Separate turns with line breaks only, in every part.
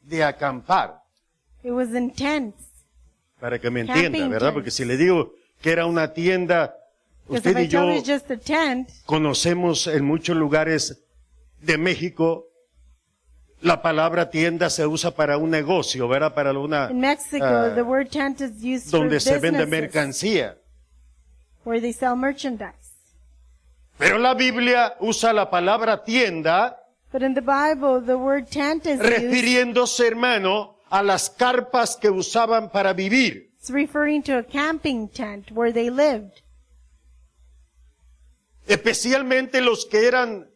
de acampar.
It was intense.
Para que me
Camping
entienda, ¿verdad?
tents.
Porque si le digo que era una tienda,
Because if
usted
I
y yo
told you it's just a tent,
conocemos en muchos lugares de México, la palabra tienda se usa para un negocio, ¿verdad? Para una...
in Mexico,
ah,
the word tent is used for
donde se vende
businesses,
mercancía.
where they sell merchandise.
Pero la Biblia usa la palabra tienda
But in the Bible, the word tent is used.
refiriéndose, hermano, a las carpas que usaban para vivir.
It's referring to a camping tent where they lived,
Especialmente los que eran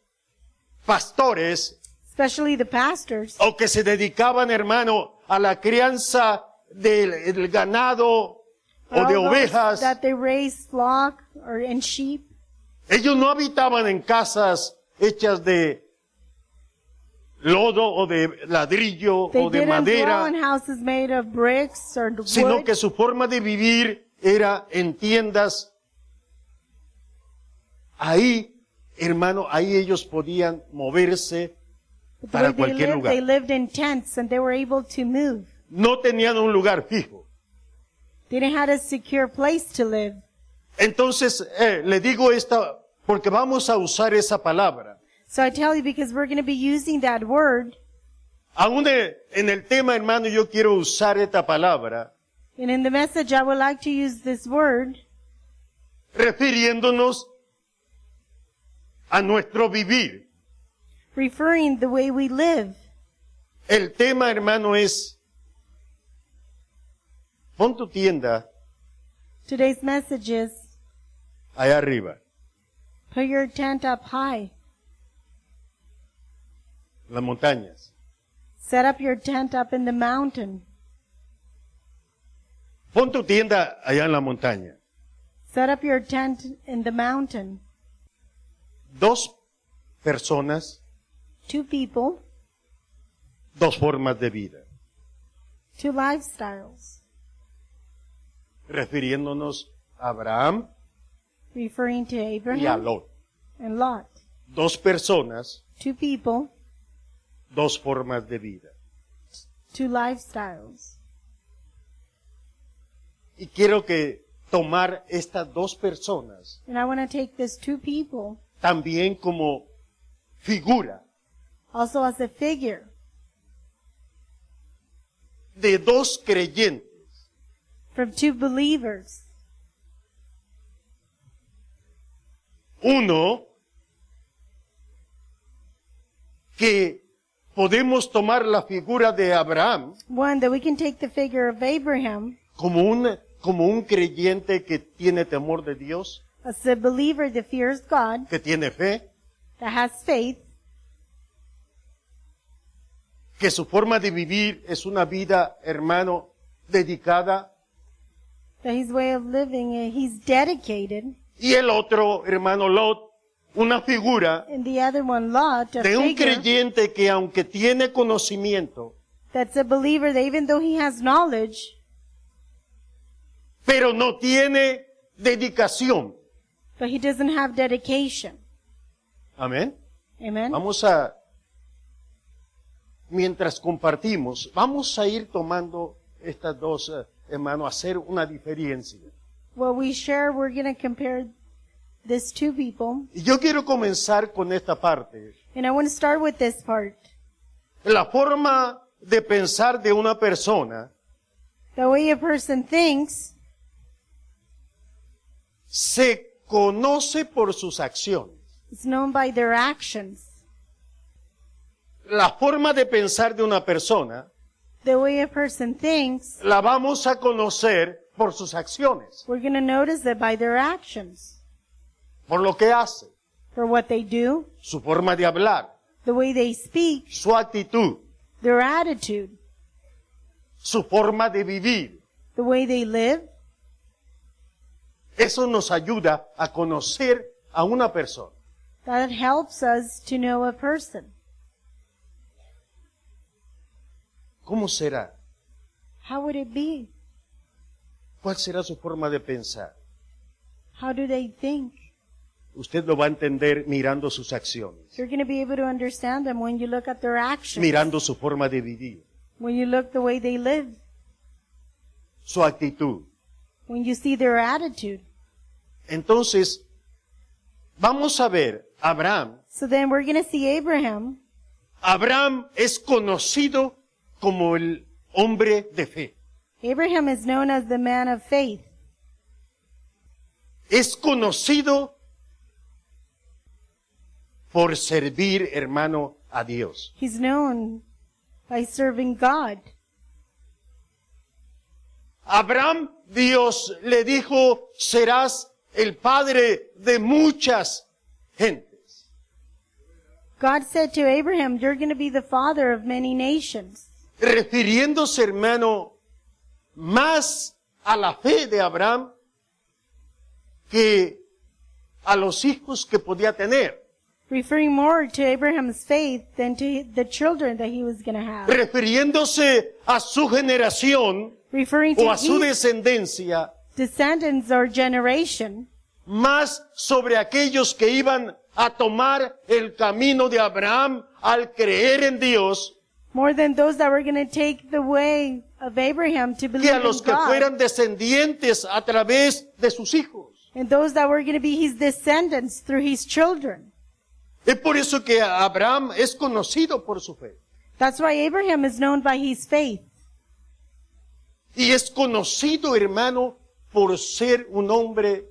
pastores
especially the pastors
o que se dedicaban, hermano, a la crianza del del ganado o
All
de
those
ovejas.
that they raised flock or and sheep.
Ellos no habitaban en casas hechas de lodo o de ladrillo
They
o de
didn't dwell in
madera,
houses made of bricks or wood.
sino que su forma de vivir era en tiendas. Ahí, hermano, ahí ellos podían moverse.
But
para
the way they
cualquier
lived,
lugar.
They lived in tents and they were able to move.
No tenían un lugar fijo.
They didn't have a secure place to live.
Entonces, eh, le digo esta, porque vamos a usar esa palabra.
So I tell you because we're going to be using that word,
Aún eh, en el tema, hermano, yo quiero usar esta palabra.
and in the message I would like to use this word
refiriéndonos a nuestro vivir.
referring the way we live.
El tema, hermano, es, pon tu tienda
Today's message is
allá arriba.
put your tent up high.
Las montañas.
Set up your tent up in the mountain.
Pon tu tienda allá en la montaña.
Set up your tent in the mountain.
Dos personas,
Two people,
dos formas de vida.
two lifestyles,
Refiriéndonos a Abraham
referring to
y a
Abraham
Lot.
and Lot.
Dos personas,
Two people,
dos formas de vida.
two lifestyles.
Y quiero que tomar estas dos personas
And I want to take this two people
también como figura
also as a figure
de dos creyentes
from two believers.
Uno, que podemos tomar la figura de Abraham
One, that we can take the figure of Abraham
como un, como un creyente que tiene temor de Dios,
as a believer that fears God,
que tiene fe,
that has faith,
que su forma de vivir es una vida, hermano, dedicada.
that his way of living, eh, he's dedicated.
Y el otro, hermano Lot, una figura
And the other one, Lot, a
de un
figure
creyente que aunque tiene conocimiento,
that's a believer that even though he has knowledge,
pero no tiene dedicación.
but he doesn't have dedication.
Amén.
Amen.
Vamos a, mientras compartimos, vamos a ir tomando estas dos, eh, hermano, hacer una diferencia.
What we share, we're going to compare these two people.
Y yo quiero comenzar con esta parte.
And I want to start with this part.
La forma de pensar de una persona
The way a person thinks
se conoce por sus acciones.
is known by their actions.
La forma de pensar de una persona
The way a person thinks,
la vamos a conocer por sus acciones,
we're going to notice it by their actions,
por lo que hace,
for what they do,
su forma de hablar,
the way they speak,
su actitud,
their attitude,
su forma de vivir.
the way they live.
Eso nos ayuda a conocer a una persona.
That helps us to know a person.
¿Cómo será?
How would it be?
¿Cuál será su forma de pensar?
How do they think?
Usted lo va a entender mirando sus acciones,
You're going to be able to understand them when you look at their actions,
mirando su forma de vivir,
When you look the way they live,
su actitud.
when you see their attitude.
Entonces, vamos a ver, Abraham,
So then we're going to see Abraham.
Abraham es conocido como el hombre de fe.
Abraham is known as the man of faith.
Es conocido por servir, hermano, a Dios.
He's known by serving God.
Abraham, Dios le dijo, serás el padre de muchas gentes.
God said to Abraham, You're going to be the father of many nations.
Refiriéndose, hermano, más a la fe de Abraham que a los hijos que podía tener.
Referring more to Abraham's faith than to the children that he was going to have.
Refiriéndose a su generación
Referring
o
to
a su
his
descendencia,
descendants or generation.
más sobre aquellos que iban a tomar el camino de Abraham al creer en Dios
more than those that were going to take the way of Abraham to believe
que a
in
los que
God,
fueran descendientes a través de sus hijos.
and those that were going to be his descendants through his children.
Es por eso que Abraham es conocido por su fe
That's why Abraham is known by his faith.
y es conocido, hermano, por ser un hombre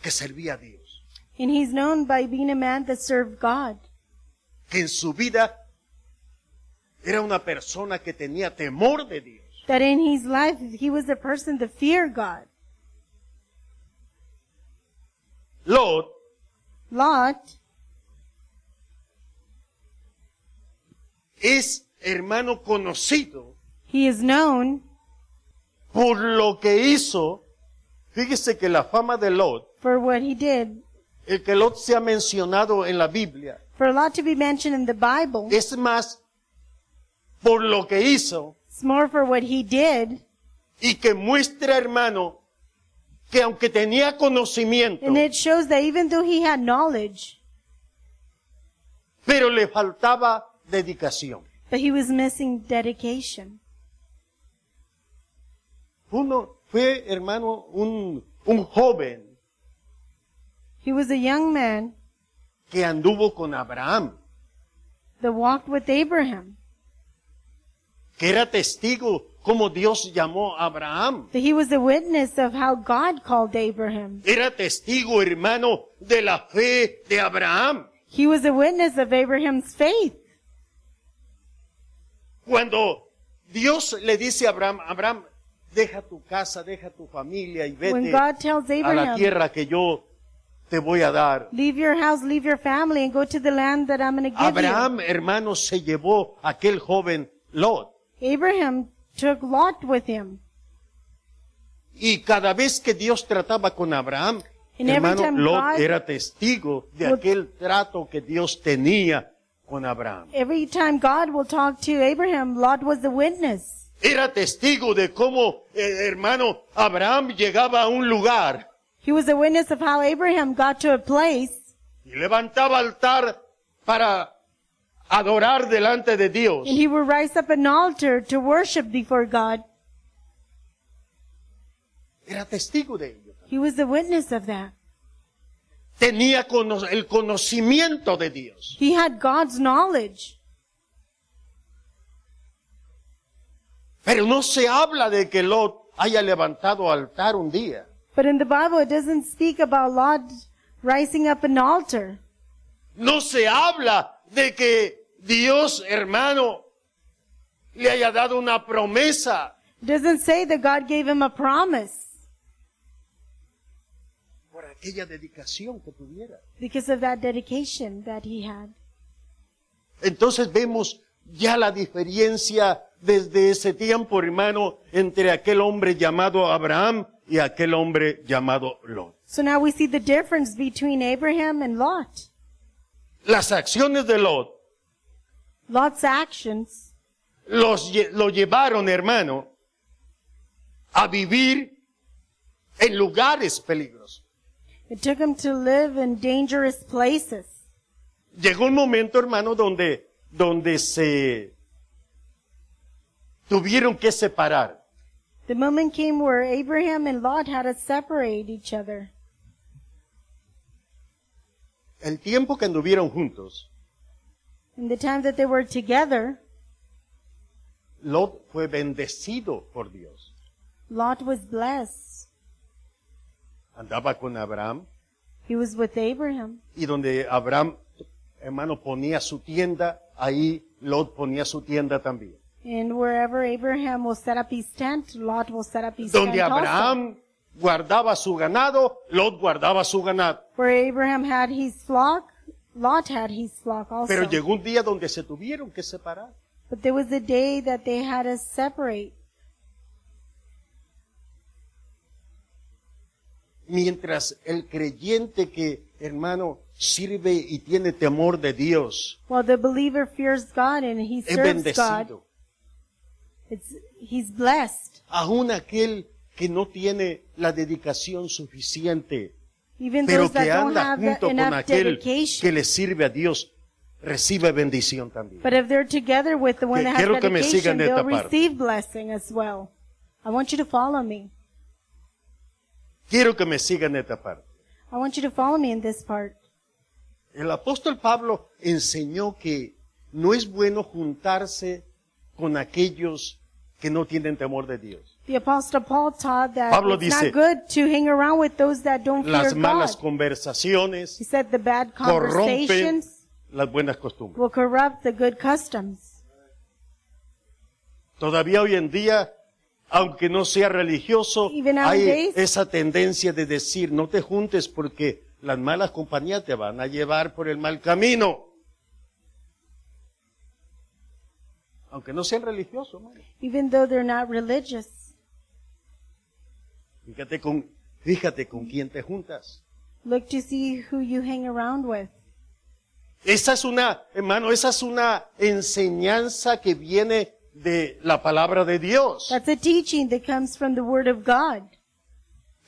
que servía a Dios,
And he's known by being a man that served God.
que en su vida era una persona que tenía temor de Dios.
That in his life, he was a person that feared God.
Lot
Lot
es, hermano, conocido
He is known
por lo que hizo. Fíjese que la fama de Lot,
for what he did.
el que Lot se ha mencionado en la Biblia,
For Lot to be mentioned in the Bible,
es más por lo que hizo
it's more for what he did,
y que muestra, hermano, que aunque tenía conocimiento,
and it shows that even though he had knowledge,
pero le faltaba dedicación.
but he was missing dedication.
Uno fue, hermano, un, un joven
He was a young man
que anduvo con Abraham,
that walked with Abraham,
que era testigo como Dios llamó a Abraham.
that he was a witness of how God called Abraham.
Era testigo, hermano, de la fe de Abraham.
He was a witness of Abraham's faith.
Cuando Dios le dice a Abraham, Abraham, deja tu casa, deja tu familia y
When
vete
God tells
a la
Abraham,
tierra que yo te voy a dar.
leave your house, leave your family, and go to the land that I'm going to give you.
Abraham, hermano, se llevó a aquel joven Lot.
Abraham took Lot with him.
Y cada vez que Dios trataba con Abraham,
And every
hermano,
time
Lot
God-
era testigo de
Would-
aquel trato que Dios tenía con Abraham.
Every time God will talk to Abraham, Lot was the witness.
Era testigo de cómo, eh, hermano, Abraham llegaba a un lugar
He was a witness of how Abraham got to a place
y levantaba altar para adorar delante de Dios.
and he would rise up an altar to worship before God.
Era testigo de ello.
He was the witness of that.
Tenía cono- el conocimiento de Dios.
He had God's knowledge.
Pero no se habla de que Lot haya levantado altar un día.
But in the Bible, it doesn't speak about Lot rising up an altar.
No se habla de que Dios, hermano, le haya dado una promesa.
It doesn't say that God gave him a promise
Por aquella dedicación que tuviera.
because of that dedication that he had.
Entonces vemos ya la diferencia desde ese tiempo, hermano, entre aquel hombre llamado Abraham y aquel hombre llamado Lot.
So now we see the difference between Abraham and Lot.
Las acciones de Lot
Lot's actions
los, lle- lo llevaron, hermano, a vivir en lugares peligrosos.
It took him to live in dangerous places.
Llegó un momento, hermano, donde, donde se tuvieron que separar.
The moment came where Abraham and Lot had to separate each other.
El tiempo que anduvieron juntos,
In the time that they were together,
Lot fue bendecido por Dios.
Lot was blessed.
Andaba con Abraham
He was with Abraham.
y donde Abraham, hermano, ponía su tienda, ahí Lot ponía su tienda también.
And wherever Abraham will set up his tent, Lot will set up his
Donde
tent also.
Abraham guardaba su ganado, Lot guardaba su ganado.
Where Abraham had his flock, Lot had his flock also.
Pero llegó un día donde se tuvieron que separar.
But there was a day that they had to separate.
Mientras el creyente que, hermano, sirve y tiene temor de Dios,
Well, the believer fears God and he
es
serves God.
bendecido.
It's, he's blessed.
Aún aquel que no tiene la dedicación suficiente,
Even
pero
those that
que
don't
anda
have the-
junto con
enough
aquel que
dedication.
le sirve a Dios, recibe bendición también.
But if they're together with the one
Que
that
quiero
has
que me sigan
dedication,
de
they'll
esta parte.
receive blessing as well. I want you to follow me.
Quiero que me sigan esta parte.
I want you to follow me in this part.
El apóstol Pablo enseñó que no es bueno juntarse con aquellos que no tienen temor de Dios.
The apostle Paul taught that
Pablo
it's
dice,
not good to hang around with those that don't
Las
fear
malas
God.
conversaciones
He said the bad
corrompen
conversations
las buenas costumbres.
will corrupt the good customs.
Todavía hoy en día, aunque no sea religioso,
Even
hay
nowadays-
esa tendencia de decir, no te juntes porque las malas compañías te van a llevar por el mal camino. Aunque no sean religiosos. hermano.
Even though they're not religious,
Fíjate con, fíjate con quién te juntas.
look to see who you hang around with.
Esa es una, hermano, esa es una enseñanza que viene de la palabra de Dios.
That's a teaching that comes from the Word of God.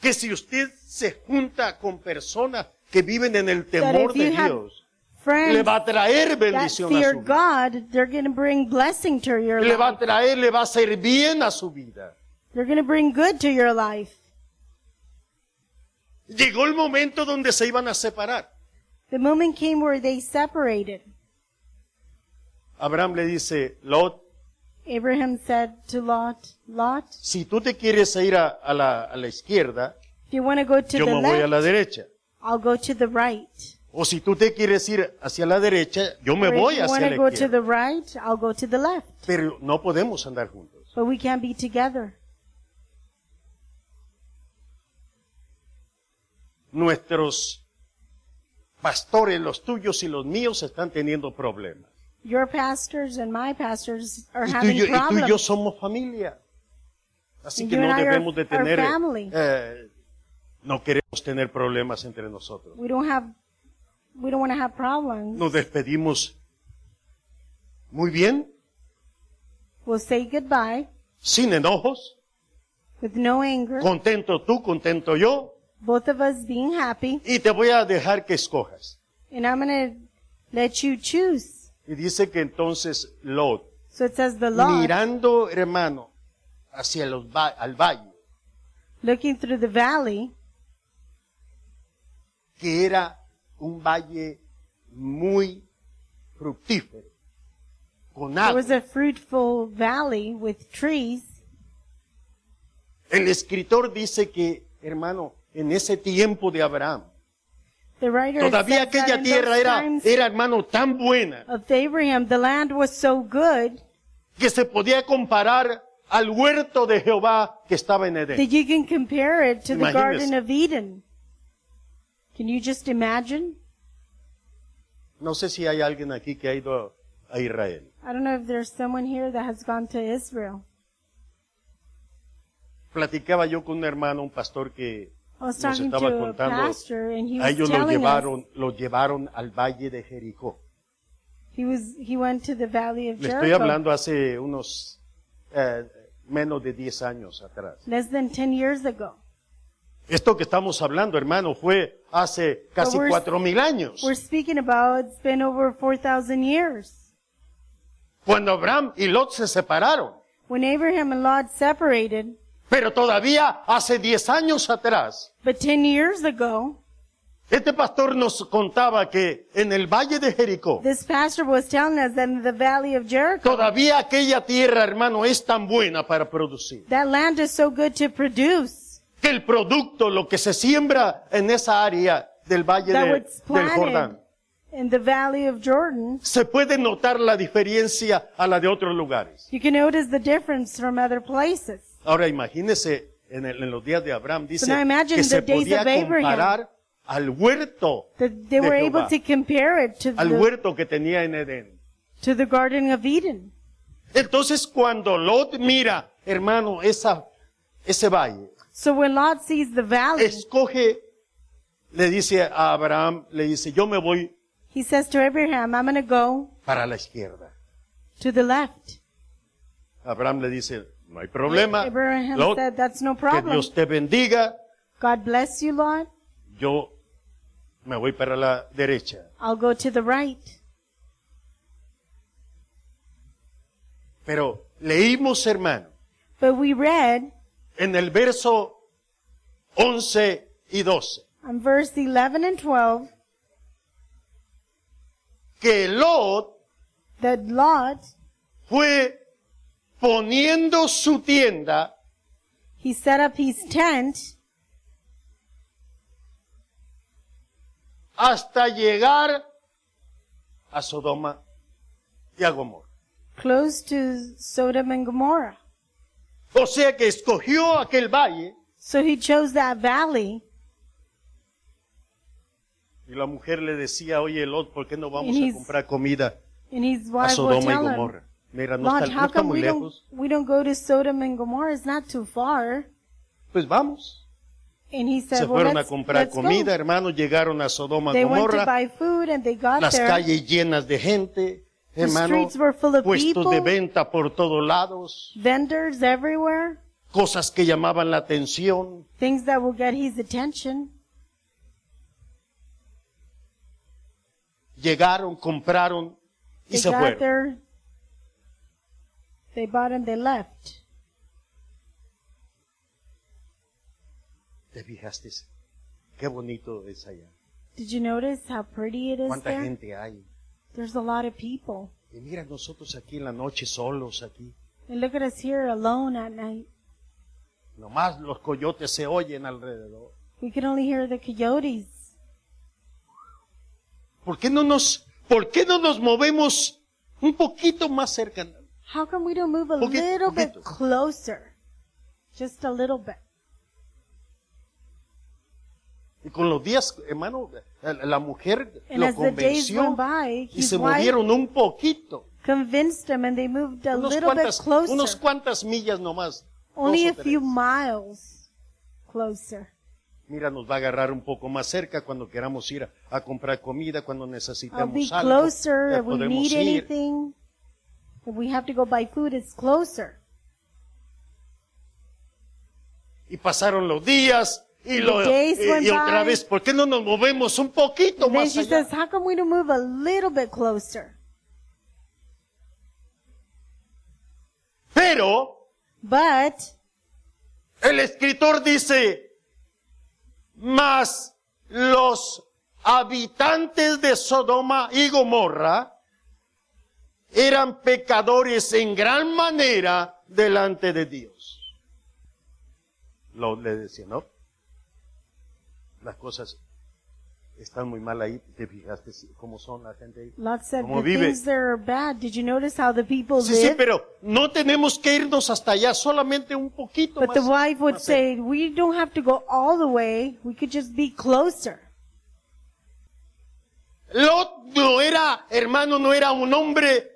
Que si usted se junta con personas que viven en el
That
temor
if
de
you have
Dios, le
friends
va a traer
that
bendición a
fear
su vida.
God, they're going to bring blessing to your
Le va
life.
a traer, le va a hacer bien a su vida.
They're going to bring good to your life.
Llegó el momento donde se iban a separar.
The moment came where they separated.
Abraham le dice, Lot,
Abraham said to Lot, Lot,
si tú te quieres ir a, a la, a la izquierda,
if you want to go to
yo
the
me voy a
left,
la derecha.
I'll go to the right.
O si tú te quieres ir hacia la derecha, yo me
Or
voy
if you want
hacia la
to go to
izquierda.
the right, I'll go to the left.
Pero no podemos andar juntos.
But we can't be together.
Nuestros pastores, los tuyos y los míos, están teniendo problemas.
Your pastors and my pastors are
Y tú,
having
y yo, y tú y
problems.
yo somos familia. Así
And
que
you
no
and I are-
debemos de
are
tener,
family.
eh, no queremos tener problemas entre nosotros.
We don't have, we don't want to have problems.
Nos despedimos muy bien,
We'll say goodbye
sin enojos,
with no anger.
contento tú, contento yo,
both of us being happy,
y te voy a dejar que escojas.
and I'm going to let you choose.
Y dice que entonces Lot,
So it says the Lord,
mirando hermano hacia los va- al valle,
looking through the valley,
que era un valle muy fructífero, con
there
agua.
was a fruitful valley with trees.
El escritor dice que, hermano, en ese tiempo de Abraham,
The writer
todavía
says that
aquella
in
tierra
those
era,
times
era, hermano, tan buena
of Abraham, the land was so good
que se podía comparar al huerto de Jehová que estaba en
that
Edén.
you can compare it to the
Imagínese.
Garden of Eden. Can you just imagine?
No sé si hay alguien aquí que ha ido a Israel.
I don't know if there's someone here that has gone to Israel.
Platicaba yo con un hermano, un pastor que
I was
nos
talking
estaba
to a
contando,
pastor, and he
a
was
ellos lo
telling us
llevaron, lo llevaron al valle de Jericó.
he was he went to the Valley of
Le estoy
Jericho.
hablando hace unos eh, menos de 10 años atrás.
less than 10 years ago.
Esto que estamos hablando, hermano, fue hace casi
But we're-
cuatro mil años.
We're speaking about it's been over 4,000 years.
Cuando Abraham y Lot se separaron.
When Abraham and Lot separated,
Pero todavía hace 10 años atrás,
but 10 years ago,
este pastor nos contaba que en el valle de Jericó,
this pastor was telling us that in the valley of Jericho,
todavía aquella tierra, hermano, es tan buena para producir.
that land is so good to produce
Que el producto, lo que se siembra en esa área del valle
that
de-
was
del
planted
Jordán,
in the valley of Jordan.
se puede notar la diferencia a la de otros lugares.
You can notice the difference from other places.
Ahora imagínese en, el- en los días de Abraham, dice
So now imagine
que se
the days
podía
of Abraham.
comparar al huerto
That
de
they were
Jehová.
able to compare it to
al
the,
huerto que tenía en Edén.
to the Garden of Eden.
Entonces cuando Lot mira, hermano, esa, ese valle,
So when Lot sees the valley,
escoge, le dice a Abraham, le dice, yo me voy
he says to Abraham, I'm going to go
para la izquierda.
to the left.
Abraham le dice, no hay problema,
Abraham
Lot,
said, that's no
que
problem.
Dios te bendiga,
God bless you, Lot.
yo me voy para la derecha.
I'll go to the right.
Pero leímos, hermano,
But we read
en el verso 11 y 12,
on verse 11 and 12
que Lot
that Lot,
fue poniendo su tienda
he set up his tent
hasta llegar a Sodoma y a Gomorra.
close to Sodom and Gomorrah.
O sea que escogió aquel valle
So he chose that valley.
y la mujer le decía, oye Lot, ¿por qué no vamos
He's-
a comprar comida
And his
a
wife will
Sodoma y
tell him,
Gomorra? Mira, no
Lot,
está, no
how
está
come
muy
we don't,
lejos.
we don't go to Sodom and Gomorrah? It's not too far.
Pues vamos.
And he said,
Se
well,
fueron a
let's,
comprar
let's go.
comida, hermano, llegaron a Sodoma y
They went to
Gomorra,
buy food and they got
las
there.
calles llenas de gente,
The
hermano,
streets were full of
puestos de
people.
venta por todos lados,
Vendors everywhere.
cosas que llamaban la atención.
Things that will get his attention.
llegaron, compraron y
They
se
got
fueron.
there. They bought and they left.
¿Te fijaste? Qué bonito es allá.
Did you notice how pretty it is
Cuánta
there?
gente hay.
There's a lot of people.
Y mira nosotros aquí en la noche solos aquí.
And look at us here alone at night.
Nomás los coyotes se oyen alrededor.
We can only hear the coyotes.
¿Por qué no nos, por qué no nos movemos un poquito más cerca?
How come we don't move a
Poquito,
little
poquito.
bit closer? Just a little bit.
Y con los días, hermano, la- la mujer
And
lo
as the days
convenció
went by,
y
his
se
wife
movieron un poquito.
convinced him and they moved a
Unos
little bit
cuantas,
closer.
unos cuantas millas nomás.
Only a
dos o
few
tres.
miles closer.
Mira, nos va a agarrar un poco más cerca cuando queramos ir a, a comprar comida, cuando
I'll be
necesitamos algo.
closer
ya
if we
podemos
need
ir.
anything. If we have to go buy food, it's closer.
Y pasaron los días y, lo,
The days
y-
went
y otra
by.
vez, ¿por qué no nos movemos un poquito
Then
más
she
allá?
says, how come we don't move a little bit closer?
Pero
But
el escritor dice, más los habitantes de Sodoma y Gomorra eran pecadores en gran manera delante de Dios. Lo le decía, ¿no? Las cosas están muy mal ahí, te fijaste sí, cómo son la gente ahí.
Lot said
Como
the
vive.
things there are bad. Did you notice how the people
Sí, sí,
live?
pero no tenemos que irnos hasta allá, solamente un poquito
but
más.
the wife would
más cerca.
say, we don't have to go all the way. We could just be closer.
Lot no era, hermano, no era un hombre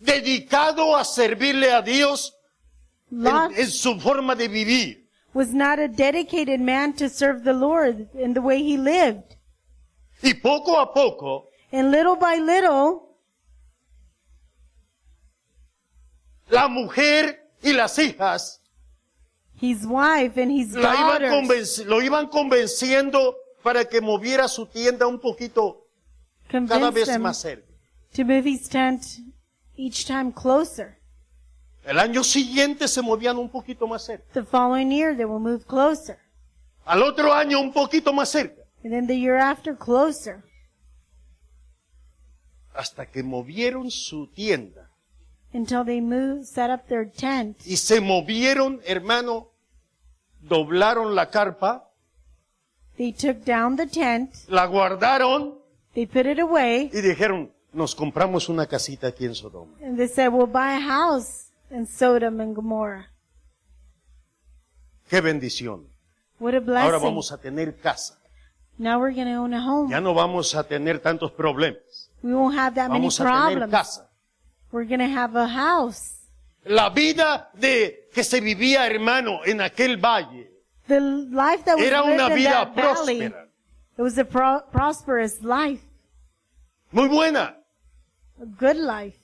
dedicado a servirle a Dios en,
Lot
en su forma de vivir.
was not a dedicated man to serve the Lord in the way he lived.
Y poco a poco,
And little by little,
la mujer y las hijas
his wife and his
la iban
daughters
convenci- lo iban convenciendo para que moviera su tienda un poquito cada
convinced
vez
him
más cerca.
to move his tent each time closer.
El año siguiente se movían un poquito más cerca.
The following year, they will move closer.
Al otro año un poquito más cerca.
And then the year after, closer.
Hasta que movieron su tienda.
Until they move, set up their tent.
Y se movieron, hermano, doblaron la carpa,
They took down the tent.
la guardaron
They put it away.
y dijeron, nos compramos una casita aquí en Sodoma.
And they said, we'll buy a house in Sodom and Gomorrah.
Qué bendición.
What a
Ahora
blessing.
vamos a tener casa.
Now we're going to own a home.
Ya no vamos a tener tantos problemas.
We won't have that many
Vamos a tener
problems.
casa.
We're going to have a house.
La vida de que se vivía, hermano, en aquel valle
The life that was
era
lived
una
in
vida
that valley,
próspera,
it was a pro- prosperous life,
muy buena.
a good life.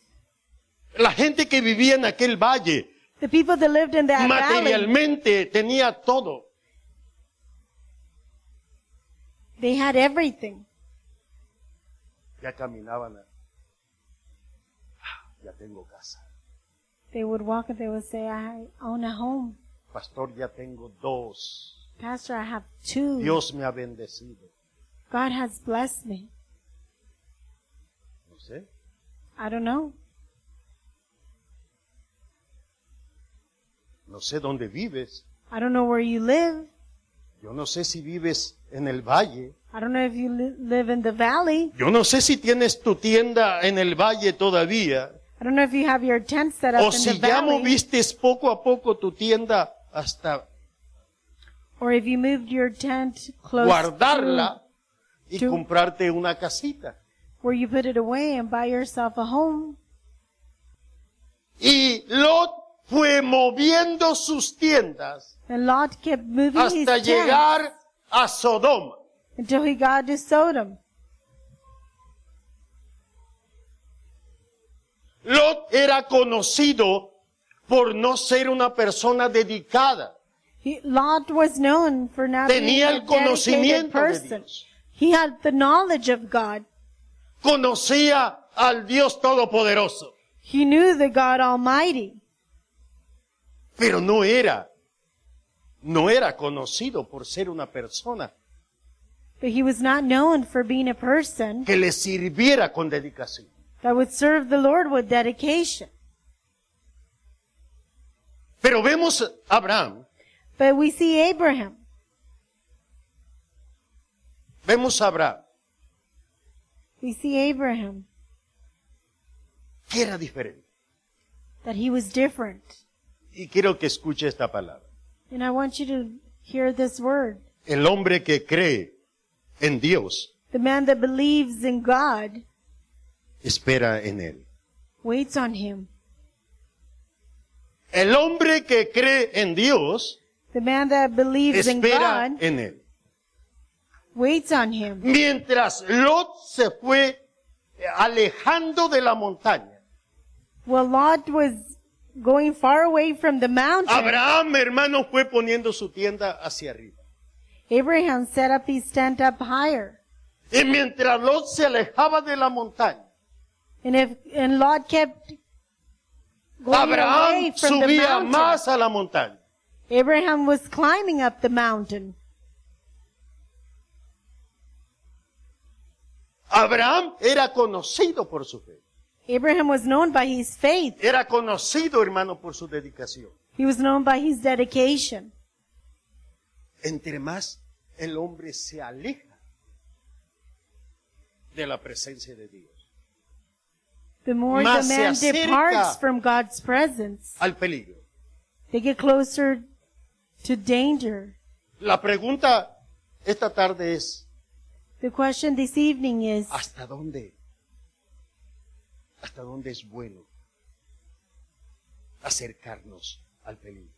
La gente que vivía en aquel valle
The people that lived in that valley,
materialmente tenía todo.
they had everything.
Ya caminaban. a- "Ah, Ya tengo casa.
They would walk and they would say, I own a home.
Pastor, ya tengo dos.
Pastor, I have two.
Dios me ha bendecido.
God has blessed me.
No sé.
I don't know.
No sé dónde vives.
I don't know where you live.
Yo no sé si vives en el valle.
I don't know if you li- live in the valley.
Yo no sé si tienes tu tienda en el valle todavía.
I don't know if you have your tent set up
O
in the
si ya
valley.
moviste poco a poco tu tienda hasta
Or if you moved your tent close to
guardarla y
to-
comprarte una casita.
where you put it away and buy yourself a home.
Y Lot fue moviendo sus tiendas
And Lot kept moving his
hasta
tent
llegar a Sodoma.
until he got to Sodom.
Lot era conocido por no ser una persona dedicada.
He, Lot was known for not being
Tenía
a
el conocimiento
dedicated
de
person.
Dios.
He had the knowledge of God.
Conocía al Dios Todopoderoso,
He knew the God Almighty,
pero no era, no era conocido por ser una persona
but he was not known for being a person
que le sirviera con dedicación.
that would serve the Lord with dedication.
Pero vemos a Abraham,
But we see Abraham.
vemos a Abraham,
We see Abraham
que era diferente.
that he was different.
Y quiero que escuche esta palabra.
And I want you to hear this word.
El hombre que cree en Dios
The man that believes in God
espera en él.
waits on him.
El hombre que cree en Dios
The man that believes in
espera
God
en él.
waits on him.
Mientras Lot se fue alejando de la montaña,
Well, Lot was going far away from the mountain.
Abraham, hermano, fue poniendo su tienda hacia arriba.
Abraham set up his tent up higher.
Y mientras Lot se alejaba de la montaña,
And if and Lot kept going
Abraham
away from the
subía
mountain.
más a la montaña.
Abraham was climbing up the mountain.
Abraham era conocido por su fe.
Abraham was known by his faith.
Era conocido, hermano, por su dedicación.
He was known by his dedication.
Entre más el hombre se aleja de la presencia de Dios,
The more
Mas
the
se
man
acerca-
departs from God's presence,
al peligro.
they get closer to danger.
La pregunta esta tarde es,
The question this evening is
¿hasta dónde? ¿Hasta dónde es bueno acercarnos al peligro?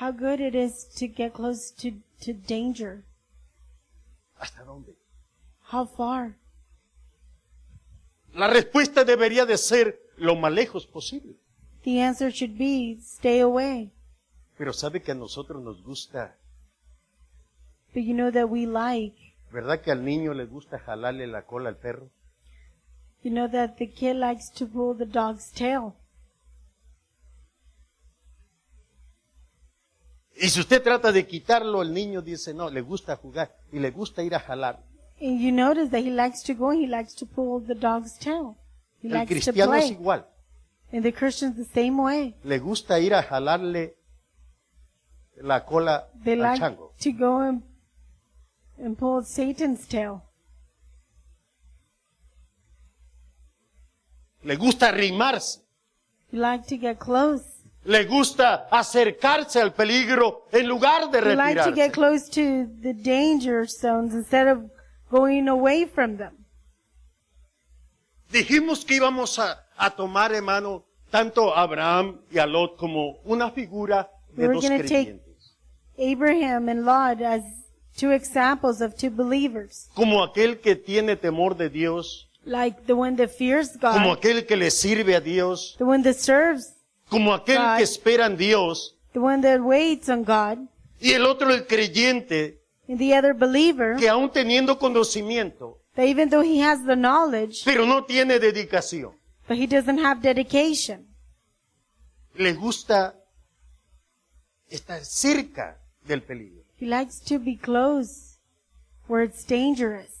how good it is to get close to, to danger.
¿Hasta dónde?
How far?
La respuesta debería de ser lo más lejos posible.
The answer should be stay away.
Pero sabe que a nosotros nos gusta,
But you know that we like,
¿verdad que al niño le gusta jalarle la cola al perro?
you know that the kid likes to pull the dog's tail.
Y si usted trata de quitarlo, el niño dice, no, le gusta jugar y le gusta ir a jalar.
And you notice that he likes to go, he likes to pull the dog's tail. He
El
likes to
cristiano es
play.
igual,
And the Christian's the same way.
le gusta ir a jalarle la cola
They
al
like
chango.
to go and, and pull Satan's tail.
Le gusta arrimarse,
He like to get close.
le gusta acercarse al peligro en lugar de
He like to get
retirarse.
close to the danger zones instead of going away from them.
Dijimos que íbamos a, a tomar, hermano, tanto a Abraham y a Lot como una figura de
We're
dos
gonna take-
creyentes,
Abraham and Lot as two examples of two believers.
como aquel que tiene temor de Dios,
Like the one that fears
como
God,
aquel que le sirve a Dios,
the one that serves,
como aquel
God.
que espera en Dios,
the one that waits on God,
y el otro el creyente,
and the other believer
que aún teniendo conocimiento,
that even though he has the knowledge,
pero no tiene dedicación,
but he doesn't have dedication.
le gusta estar cerca del peligro.
He likes to be close where it's dangerous.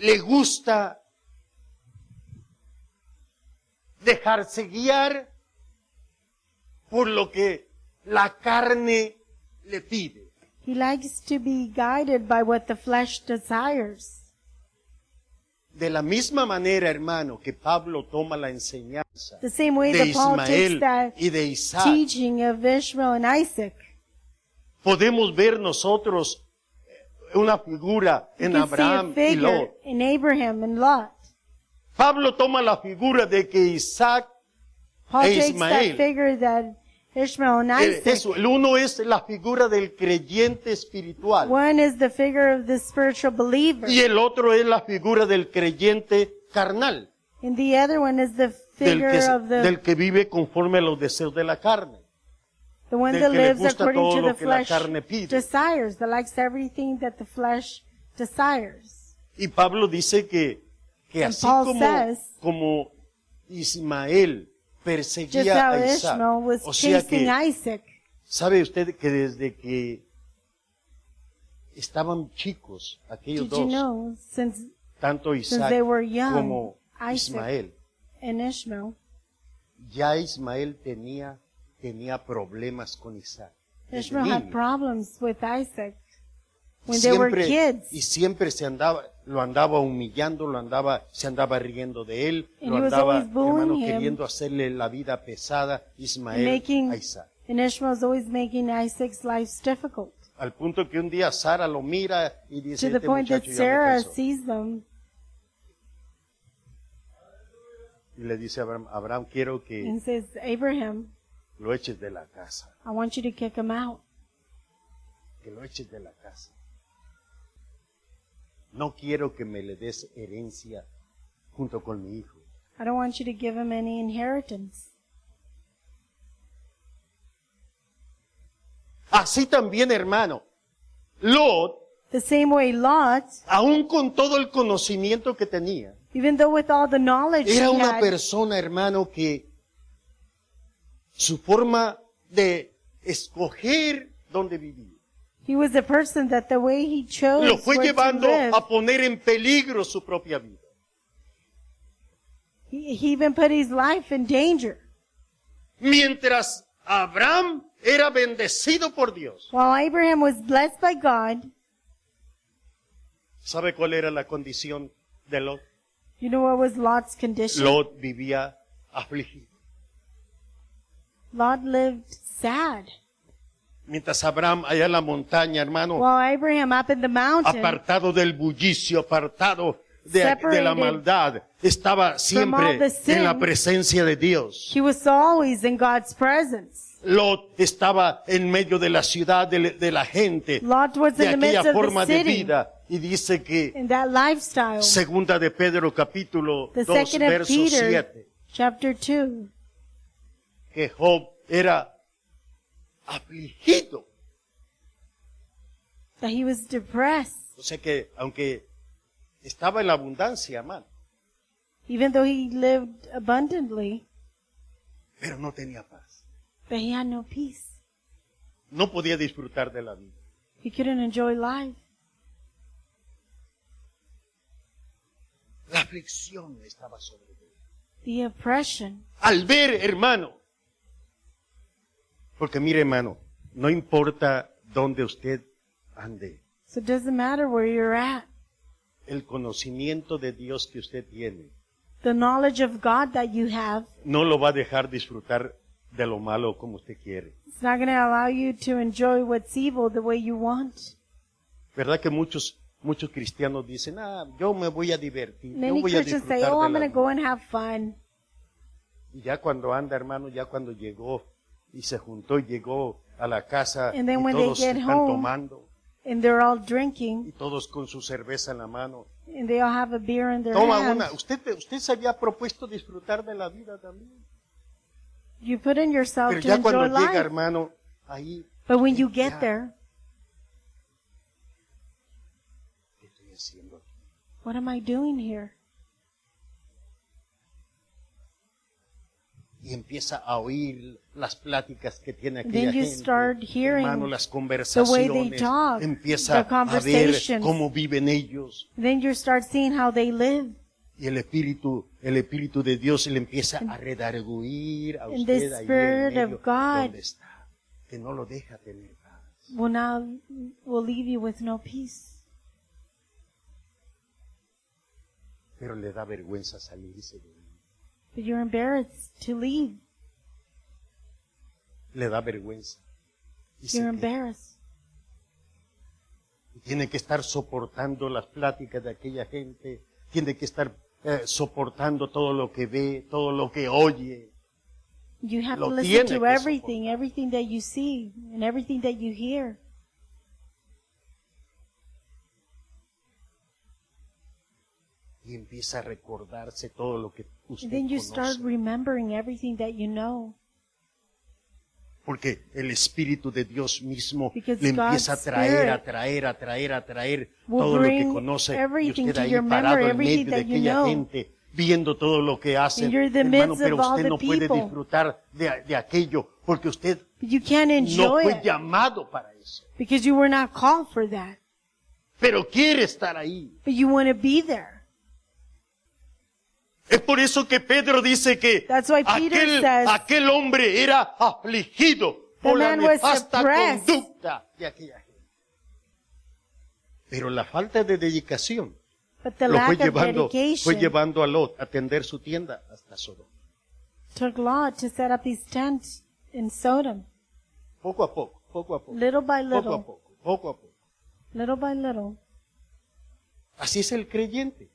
Le gusta dejarse guiar por lo que la carne le pide.
He likes to be guided by what the flesh desires.
De la misma manera, hermano, que Pablo toma la enseñanza
The same way
de
that Paul takes
Ismael
that
y de Isaac.
teaching of Ishmael and Isaac.
podemos ver nosotros una figura
You
en
can see
Abraham
a
y
figure
Lot.
in Abraham and Lot.
Pablo toma la figura de que Isaac,
Paul
E
takes that
Ismael.
figure that Ishmael and
eh,
Isaac.
eso, el uno es la figura del creyente espiritual
One is the figure of the spiritual believer,
y el otro es la figura del creyente carnal,
and the other one is the
del
figure
que,
of the
del que vive conforme a los deseos de la carne.
The one
del
that
que le
lives
gusta
according
todo
to
lo
the
que la
flesh
carne pide.
desires, that likes everything that the flesh desires.
Y Pablo dice que, que
And
así
Paul
como,
says-
como Ismael
Just
perseguía
how
a Isaac,
Ishmael was
o sea
chasing
que
Isaac.
¿Sabe usted que desde que estaban chicos aquellos
Did
dos,
you know, since
tanto Isaac
they were young,
como
Isaac-
Ismael,
in Ishmael,
ya Ismael tenía, tenía problemas con Isaac? desde
Ishmael
niño.
had problems with Isaac
Y
when they were
siempre-
kids.
Y siempre se andaba, lo andaba humillando, lo andaba, se andaba riendo de él,
And
lo
he was
andaba,
always bullying
hermano,
him.
queriendo hacerle la vida pesada Ismael a
Making,
Isaac.
and Ishmael's always making Isaac's life difficult.
Al punto que un día Sara lo mira y dice,
To the
"Este
point that
muchacho ya me
Sarah
cansó".
sees them
Y le dice a Abraham, Abraham, quiero que
and says, Abraham,
lo eches de la casa,
I want you to kick him out.
que lo eches de la casa. No quiero que me le des herencia junto con mi hijo.
I don't want you to give him any inheritance.
Así también, hermano, Lot,
The same way Lot
aún con todo el conocimiento que tenía,
Even though with all the knowledge he
era una
had,
persona, hermano, que su forma de escoger dónde vivir
he was a person that the way he chose
lo fue
where to
llevando
live,
a poner en peligro su propia vida.
he, he even put his life in danger.
Mientras Abraham era bendecido por Dios,
While Abraham was blessed by God,
¿sabe cuál era la condición de Lot?
you know what was Lot's condition?
Lot vivía afligido.
Lot lived sad.
Mientras Abraham allá en la montaña, hermano,
While Abraham up in the mountain,
apartado del bullicio, apartado de, de la
Separated
maldad, estaba siempre
all the sin.
en la presencia de Dios.
he was always in God's presence.
Lot estaba en medio de la ciudad, de, de la gente,
Lot was
de
in the midst
aquella
of the
forma de
city
vida. Y dice que
in that lifestyle.
Segunda de Pedro capítulo
The
2
second of
verso
Peter,
7,
chapter 2,
que Job era afligido.
that he was depressed.
O sea que aunque estaba en la abundancia, hermano,
Even though he lived abundantly,
pero no tenía paz.
But he had no peace.
No podía disfrutar de la vida.
He couldn't enjoy life.
La aflicción estaba sobre él.
The oppression.
Al ver, hermano. Porque mire, hermano, no importa dónde usted ande,
So it doesn't matter where you're at.
el conocimiento de Dios que usted tiene
The knowledge of God that you have
no lo va a dejar disfrutar de lo malo como usted quiere.
It's not going to allow you to enjoy what's evil the way you want.
¿Verdad que muchos muchos cristianos dicen, ah, yo me voy a divertir, yo
Many
voy a
Christians
disfrutar
say, oh,
de
I'm
la
going to
vida"?
go and have fun.
Y ya cuando anda, hermano, ya cuando llegó y se juntó y llegó a la casa y
And then when they
todos
get
están
home-
tomando
And they're all
y
drinking.
todos con su cerveza en la mano.
And they all have a beer in their
Toma
hand.
una. Usted, usted se había propuesto disfrutar de la vida también.
You put in yourself
Pero
to
ya cuando
enjoy life.
llega, hermano, ahí
But when you get
Ya.
there,
¿qué estoy haciendo? aquí?
what am I doing here?
Y empieza a oír las pláticas que tiene
Then
aquella
you
gente,
start hearing
hermano, las
the way they
conversaciones,
talk,
empieza
the
a ver
conversations.
cómo viven ellos
Then you start seeing how they live.
y el espíritu, el espíritu de Dios le empieza a redarguir a
And the
usted ahí en
Spirit
medio
of God.
donde está, que no lo deja tener paz.
Will now will leave you with no peace.
pero le da vergüenza salirse de ahí.
But you're embarrassed to leave.
le da vergüenza y se
You're
queda.
embarrassed.
Y tiene que estar soportando las pláticas de aquella gente, tiene que estar eh, soportando todo lo que ve, todo lo que oye.
You have
Lo
to
tiene
listen to
que
everything,
soportar.
everything that you see and everything that you hear.
y empieza a recordarse todo lo que usted
And then you
conoce,
start remembering everything that you know.
porque el espíritu de Dios mismo le
Because
empieza a
God's
traer, a
Spirit
traer, a traer, a traer
will
todo lo que
bring
conoce y
everything
usted
to
ahí
your
parado
memory,
en medio
everything
de
that you
aquella
know.
gente viendo todo lo que hace,
And you're in the
hermano,
midst
pero
of all
usted
the
no puede
people.
disfrutar de, de aquello porque usted
But you can't
no
enjoy
fue
it
llamado para eso,
because you were not called for that.
pero quiere estar ahí.
But you want to be there.
Es por eso que Pedro dice que
That's why Peter
aquel,
says-
aquel hombre era afligido
The
por la
man was
nefasta
oppressed.
conducta de aquella gente. Pero la falta de dedicación
But the
lo fue
lack of
llevando, fue
dedication
llevando a Lot a tender su tienda hasta Sodoma.
took Lot to set up his tent in Sodom.
Poco a poco, poco a poco,
Little by
poco a
little,
poco, poco a poco.
little by little.
Así es el creyente.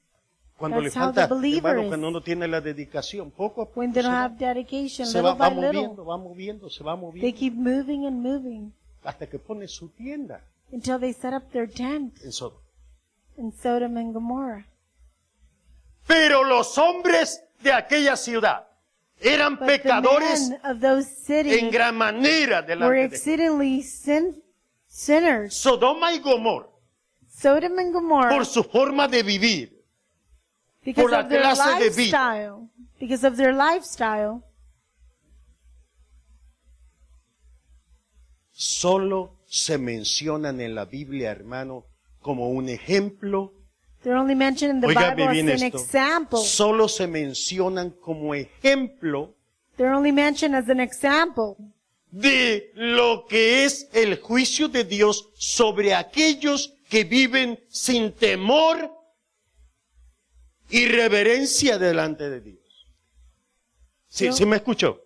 Cuando
That's
le
how
falta,
the believer
hermano,
is.
cuando no tiene la dedicación, poco a poco
When
se
they don't
va-
have dedication,
se
little
va, va
by little,
moviendo, va moviendo, se va moviendo,
they keep moving and moving
hasta que pone su tienda
until they set up their tent
en Sodoma.
in Sodom and Gomorrah.
Pero los hombres de aquella ciudad eran
But the
pecadores
men of those
en
cities
gran manera
were
delante de Jehová.
exceedingly sin, sinners.
Sodoma y Gomorra,
Sodom and Gomorrah,
por su forma de vivir,
because
la
of their
clase de vida.
lifestyle, because of their lifestyle,
solo se mencionan en la Biblia, hermano, como un ejemplo.
they're only mentioned in the
Óigame
Bible
bien
as an
esto.
example.
Solo se mencionan como ejemplo
They're only mentioned as an example
de lo que es el juicio de Dios sobre aquellos que viven sin temor y reverencia delante de Dios. ¿Sí,
Yo-
sí me escuchó?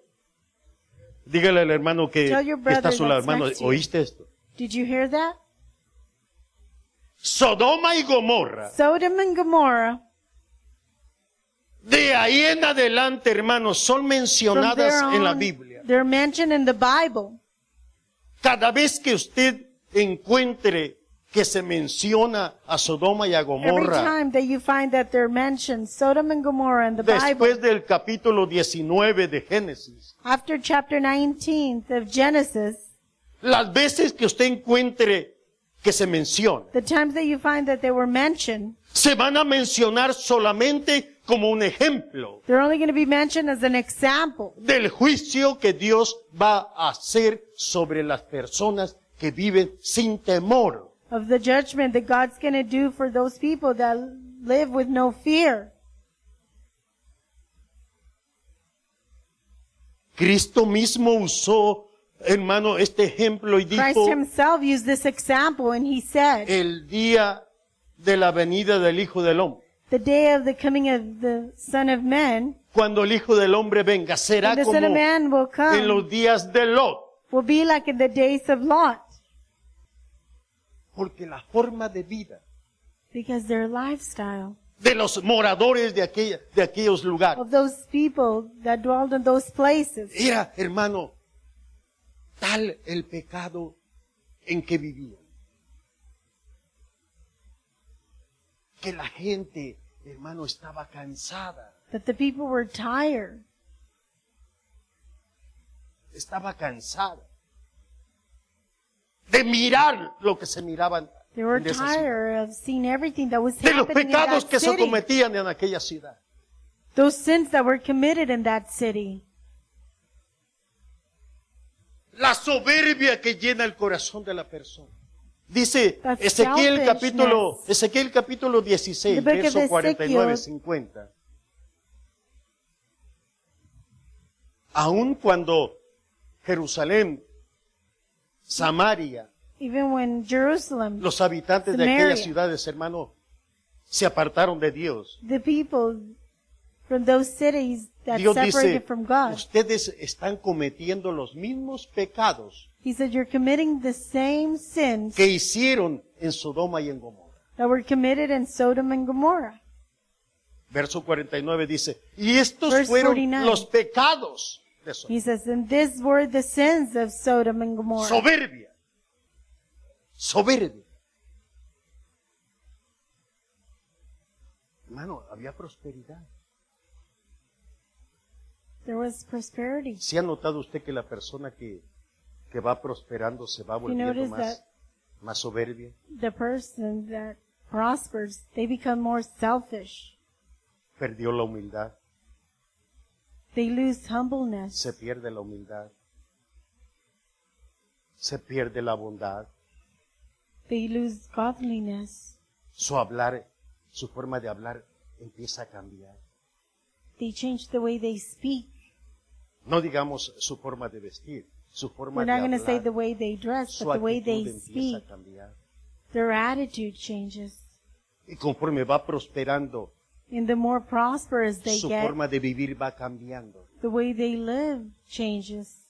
Dígale al hermano que,
Tell your
que está a
brother
su lado,
that's
hermano,
next to you.
¿oíste esto?
Did you hear that?
Sodoma y Gomorra.
Sodom and Gomorrah,
De ahí en adelante, hermano, son
from there
mencionadas en la
on,
Biblia.
they're mentioned in the Bible.
Cada vez que usted encuentre que se menciona a Sodoma y a
Every
Gomorra,
time that you find that they're mentioned, Sodom and Gomorrah in the Bible,
después del capítulo 19 de Génesis,
after chapter 19 of Genesis,
las veces que usted encuentre que se menciona,
the times that you find that they were mentioned,
se van a mencionar solamente como un ejemplo
They're only going to be mentioned as an example
del juicio que Dios va a hacer sobre las personas que viven sin temor.
of the judgment that God's going to do for those people that live with no fear.
Cristo mismo usó, hermano, este ejemplo y
Christ
dijo,
himself used this example and he said,
el día de la venida del Hijo del Hombre.
the day of the coming of the Son of Man,
Cuando el Hijo del Hombre venga, será
when the
como
Son of
en
Man will come,
los días de Lot.
will be like in the days of Lot,
Porque la forma de vida
because their lifestyle
de los moradores de, aquella- de aquellos lugares
of those people that dwelled in those places
era, hermano, tal el pecado en que vivían. Que la gente, hermano, estaba cansada.
that the people were tired.
estaba cansada de mirar lo que se miraban
They were
en esa ciudad,
tired of seeing everything that was
de los
happening in that
pecados que se
city.
cometían en aquella ciudad.
Those sins that were committed in that city.
La soberbia que llena el corazón de la persona. Dice
That's
Ezequiel
selfishness.
capítulo, Ezequiel capítulo
The
16,
book of
verso 49,
Ezekiel.
50. Aun cuando Jerusalén, Samaria,
Even when Jerusalem,
los habitantes de
Samaria.
aquellas ciudades, hermano, se apartaron de Dios.
the people from those cities that
Dios
separated
dice,
from God,
ustedes están cometiendo los mismos pecados
He said, you're committing the same sins
que hicieron en Sodoma y en Gomorra.
that were committed in Sodom and Gomorrah.
Verso 49 dice, y estos
Verse
fueron
49.
los pecados de Sodoma.
He says, and these were the sins of Sodom and Gomorrah.
Soberbia. Soberbia. Hermano, había prosperidad.
There was prosperity.
¿Se ha notado usted que la persona que, que va prosperando se va volviendo
notice
más,
that-
más soberbia?
The person that prospers, they become more selfish.
Perdió la humildad,
They lose humbleness.
se pierde la humildad, se pierde la bondad,
They lose godliness.
su hablar, su forma de hablar empieza a cambiar.
They change the way they speak.
No digamos su forma de vestir, su forma
We're
de
not going to say the
hablar,
way they dress,
su
but the way
actitud
they
empieza
speak.
a cambiar.
Their attitude changes.
Y conforme va prosperando,
And the more prosperous they
su
get,
forma de vivir va cambiando.
the way they live changes.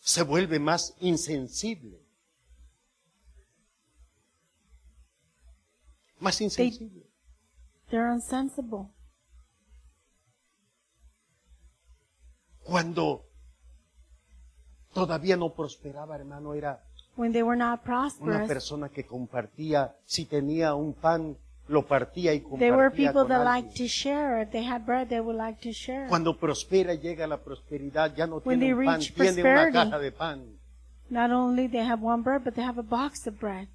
Se vuelve más insensible. Más insensible.
They're unsensible.
cuando todavía no prosperaba, hermano, era
When they were not
una
prosperous,
persona que compartía, si tenía un pan, lo partía y
they were
compartía
people
con
that
alguien.
liked to share. If they had bread, they would like to share.
Cuando prospera y llega la prosperidad, ya no
When
tiene
they
un pan,
reach
tiene una
prosperity.
caja de pan,
Not only they have one bread, but they have a box of bread.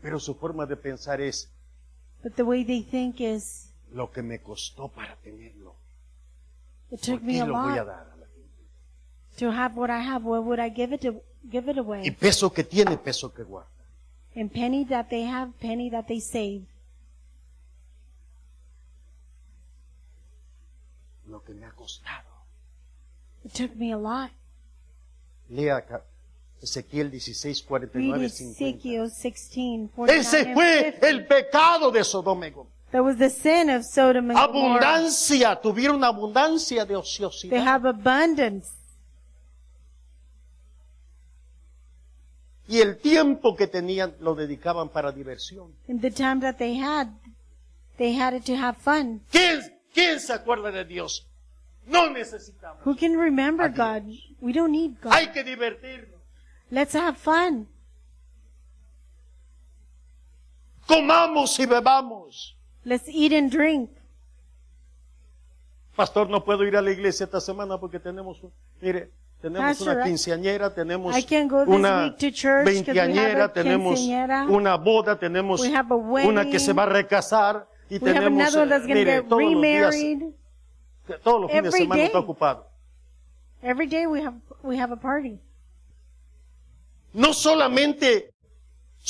pero su forma de pensar es
But the way they think is,
lo que me costó para tenerlo.
it
¿Por
took me
qué
a
lo voy a
lot
dar? a la gente?
to have what I have. Why would I give it to, give it
Y
away?
peso que tiene, peso que guarda.
And penny that they have, penny that they save.
Lo que me ha costado.
It took me a lot.
Lea acá, Ezequiel 16, 49,
Read
50.
Ezekiel 16, 49
Ese
and
fue
50.
el pecado de Sodoma y Gomorra.
That was the sin of Sodom and Gomorrah.
Abundancia, tuvieron abundancia de
They
ociosidad.
have abundance.
Y el tiempo que tenían lo dedicaban para diversión.
In the time that they had, they had it to have fun.
¿Quién, quién se acuerda de Dios? No necesitamos.
Who can remember
Adiós.
God? We don't need God.
Hay que divertirnos.
Let's have fun.
Comamos y bebamos.
Let's eat and drink.
Pastor, no puedo ir a la iglesia esta semana porque tenemos, un- mire, tenemos
Pastor,
una
I-
quinceañera, tenemos
I can't go this
una
week to church 'cause we have
veinteañera,
a
tenemos
quinceañera.
una boda, tenemos
We have a
una que se
wedding.
va a recasar Y
We have
tenemos,
another one that's
eh,
going to
mire,
get
todos los días, todos los
remarried.
fines de
every
semana
day.
está ocupado.
Every day we have we have a party.
No solamente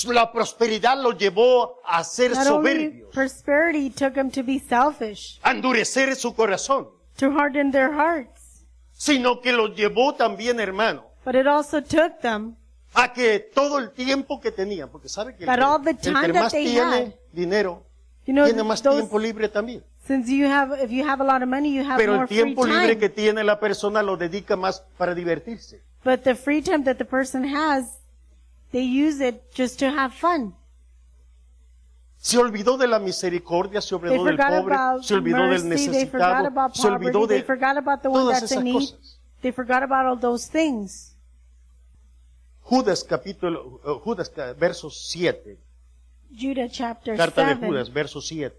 la prosperidad lo llevó a ser
Not only
soberbio,
prosperity took them to be selfish,
a endurecer su corazón,
to harden their hearts,
sino que lo llevó también, hermano,
but it also took them
a que todo el tiempo que tenían, porque sabe que el,
But
que-
all the
el que
time
más
that they
tiene
had.
dinero
You know,
tiene más
those-
tiempo libre también.
Since you have, if you have a lot of money, you have
Pero
more
el tiempo
free time.
libre que tiene la persona lo dedica más para divertirse.
But the free time that the person has, they use it just to have fun.
Se olvidó de la misericordia, se
They
olvidó del
forgot
pobre,
about
se olvidó del
mercy. They forgot
necesitado,
about
se olvidó
poverty. They
de
forgot about the one
todas
that's
esas
in need.
cosas.
They forgot about all those things.
Judas capítulo, eh, Judas ca- verso 7,
Judah chapter
carta de
7.
Judas verso 7.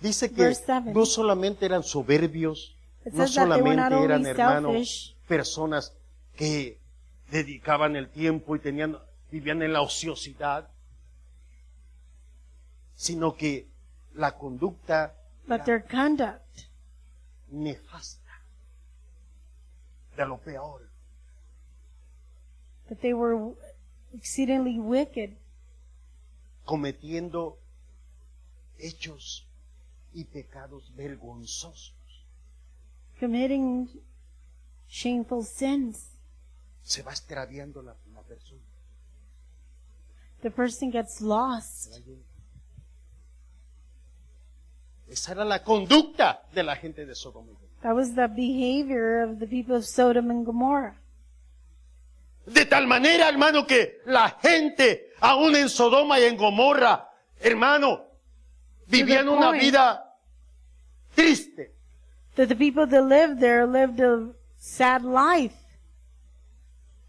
Dice que
Verse seven.
no solamente eran soberbios,
It
no
says that they were not
solamente eran
only
hermanos,
selfish.
personas que dedicaban el tiempo y tenían, vivían en la ociosidad, sino que la conducta
But their conduct
nefasta, de lo peor.
that they were exceedingly wicked,
cometiendo hechos y pecados vergonzosos.
committing shameful sins.
Se va extraviando la, la persona.
The person gets
se
lost.
va yendo. Esa era la conducta de la gente de Sodoma. y Gomorra.
That was the behavior of the people of Sodom and Gomorrah.
De tal manera, hermano, que la gente, aún en Sodoma y en Gomorra, hermano, vivían una
point.
vida triste,
that the people that lived there lived a sad life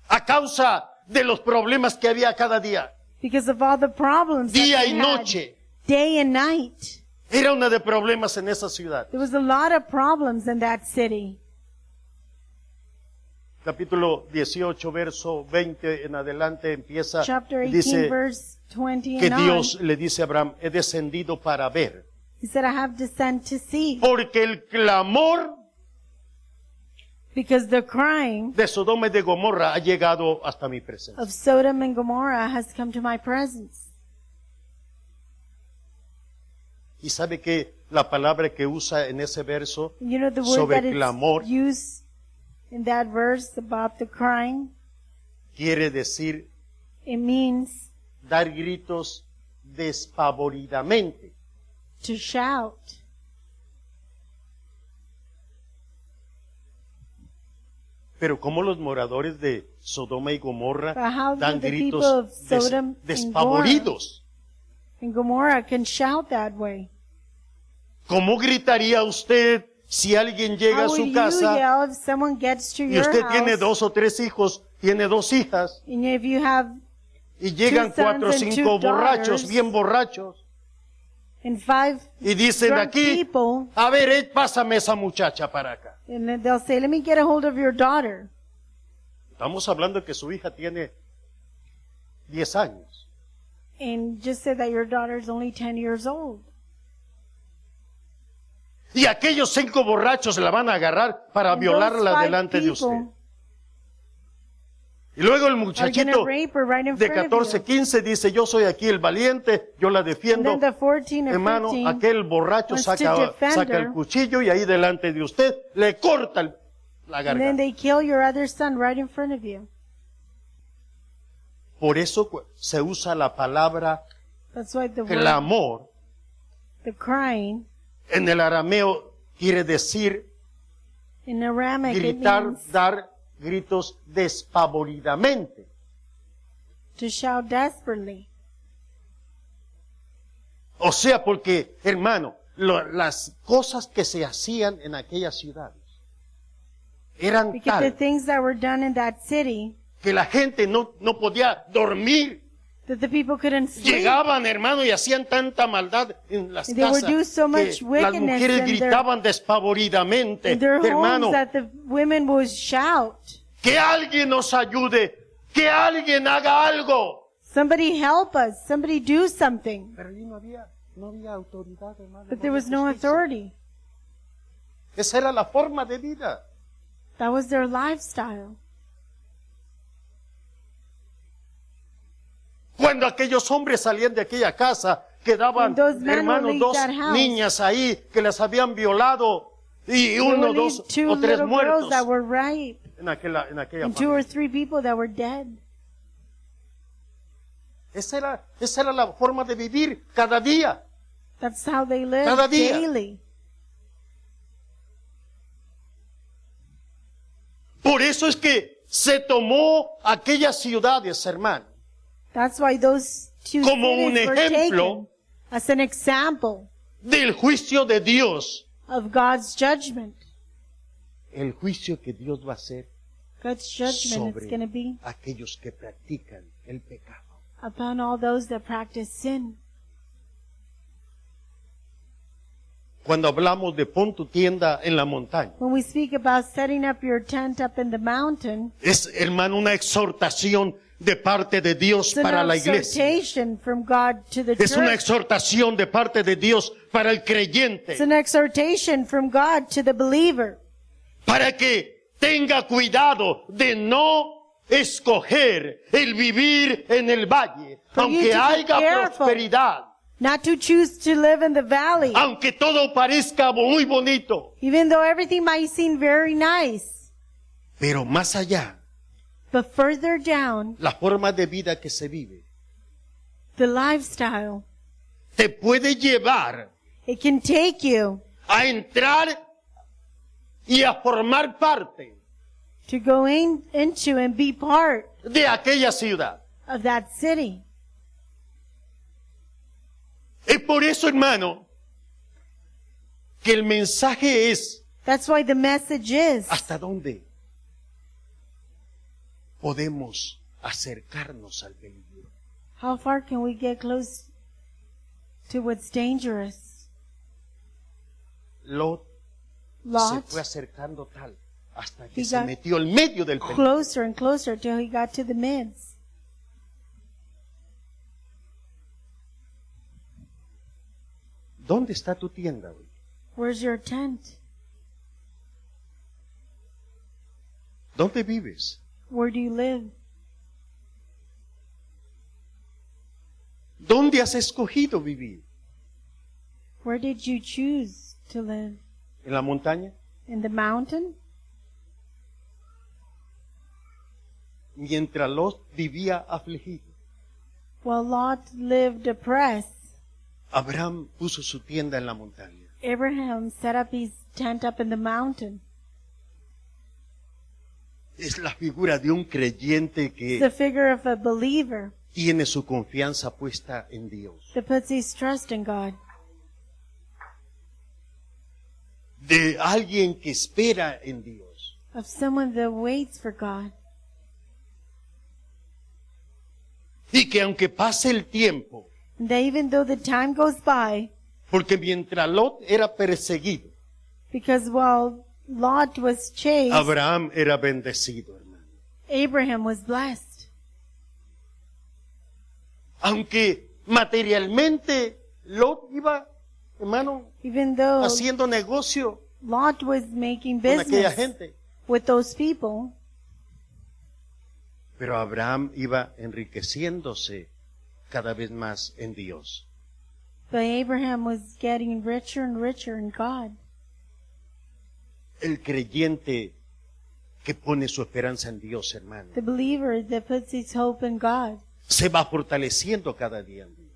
a causa de los problemas que había cada día,
because of all the problems. that
día
they
y
had.
noche.
Day and night.
Era una de problemas en esa ciudad.
There was a lot of problems in that city.
capítulo 18, verso 20 en adelante empieza,
Chapter 18,
Uh, dice
verse 20
que
and
Dios
on.
le dice a Abraham, he descendido para ver,
He said, I have descent to see
porque el clamor
because the crying
de Sodoma y de Gomorra ha llegado hasta mi presencia.
of Sodom and Gomorrah has come to my presence.
Y sabe que la palabra que usa en ese verso,
You know the word
Sobre
that it's
clamor.
used in that verse about the crying?
quiere decir
It means
dar gritos despavoridamente.
to shout.
Pero como los moradores de Sodoma y Gomorra
But how do
dan
the
gritos
people of
des-
Sodom and
despavoridos.
And Gomorrah can shout that way.
¿Cómo gritaría usted si alguien llega a
How would
su
you
casa
yell if someone gets to
y
your
usted tiene
house?
dos o tres hijos, tiene dos hijas,
And if you have
y llegan
Two sons
cuatro o
and two
cinco borrachos,
daughters.
bien borrachos,
and five
y dicen
drunk
aquí,
people,
a ver, eh, pásame esa muchacha para acá.
and then they'll say, "Let me get a hold of your daughter."
Estamos hablando que su hija tiene 10 años.
And just say that your daughter is only ten years old.
Y aquellos cinco borrachos la van a agarrar para
And those
violarla
five
delante de usted.
people
Y luego el
are gonna
muchachito
rape her right in
de
front of
14,
you.
15 dice, yo soy aquí el valiente, yo la
And
defiendo.
then the 14 or
Hermano,
15,
aquel borracho
wants to
saca,
defend
saca el
her.
cuchillo y ahí delante de usted le corta el- la
and then
garganta.
they kill your other son right in front of you.
Por eso cu- se usa la palabra
That's why the word,
clamor.
the crying
En el arameo quiere decir
in Aramic it
gritar,
means
dar gritos despavoridamente.
to shout desperately.
O sea, porque, hermano, lo- las cosas que se hacían en aquellas ciudades eran
Because the
tal
things that were done in that city
que la gente no, no podía dormir.
that the people couldn't sleep.
Llegaban, hermano, y hacían tanta maldad en las
They
casas
would do so much
que las
wickedness
mujeres
in their-
gritaban despavoridamente,
in their
hermano,
homes that the women would shout,
que alguien nos ayude, que alguien haga algo.
somebody help us, somebody do something.
Pero allí no había
No había autoridad, hermano.
But there was no authority.
Esa era la forma de vida.
That was their lifestyle.
Cuando aquellos hombres salían de aquella casa, quedaban,
When those men
hermanos,
will leave
dos
that house.
niñas ahí que las habían violado y
There
uno,
were
dos
two
o tres
little girls
muertos
that were ripe
en aquella, en aquella
and two
familia.
or three people that were dead.
Esa era, esa era la forma de vivir cada día.
That's how they
Cada
lived
día.
daily.
Por eso es que se tomó aquellas ciudades, hermano,
That's why those two
Como un
cities were
ejemplo.
taken as an example
del juicio de Dios.
of God's judgment.
El juicio que Dios va a hacer
God's judgment is
sobre
going to be
aquellos que practican el pecado.
upon all those that practice sin.
Cuando hablamos de pon tu tienda en la montaña,
When we speak about setting up your tent up in the mountain,
es, hermano, una exhortación de parte de Dios
it's an
para la iglesia.
exhortation from God to the
Es una
church.
exhortación de parte de Dios para el
It's
creyente,
an exhortation from God to the believer
para que tenga cuidado de no escoger el vivir en el valle,
For you
aunque
to be
haya
careful.
prosperidad,
not to choose to live in the valley,
aunque todo parezca muy bonito,
even though everything might seem very nice.
pero más allá,
But further down,
la forma de vida que se vive
the lifestyle,
te puede llevar
it can take you
a entrar y a formar parte
to go in, into and be part
de aquella ciudad.
of that city.
Es por eso, hermano, que el mensaje es
That's why the message is
hasta dónde podemos acercarnos al peligro.
how far can we get close to what's dangerous?
Lot se
Lot
fue acercando tal hasta que
He
se
got
metió al medio del peligro.
closer and closer till he got to the mids.
¿Dónde está tu tienda hoy?
Where's your tent?
¿Dónde vives?
Where do you live?
¿Dónde has escogido vivir?
Where did you choose to live?
¿En la montaña?
In the mountain?
Mientras Lot vivía afligido,
Well, Lot lived oppressed.
Abraham puso su tienda en la montaña.
Abraham set up his tent up in the mountain.
Es la figura de un creyente
It's the
que
figure of a believer
tiene su confianza puesta en Dios.
that puts his trust in God.
De alguien que espera en Dios.
of someone that waits for God.
Y que aunque pase el tiempo,
And that even though the time goes by,
porque mientras Lot era perseguido,
because while Lot was chased,
Abraham era bendecido, hermano.
Abraham was blessed.
Aunque materialmente Lot iba, hermano,
Even though
haciendo negocio
Lot was making
con aquella
Oh. business
gente,
with those people,
pero Abraham iba enriqueciéndose cada vez más en Dios.
but Abraham was getting richer and richer in God.
El creyente que pone su esperanza en Dios, hermano,
The believer that puts his hope in God,
se va fortaleciendo cada día en Dios.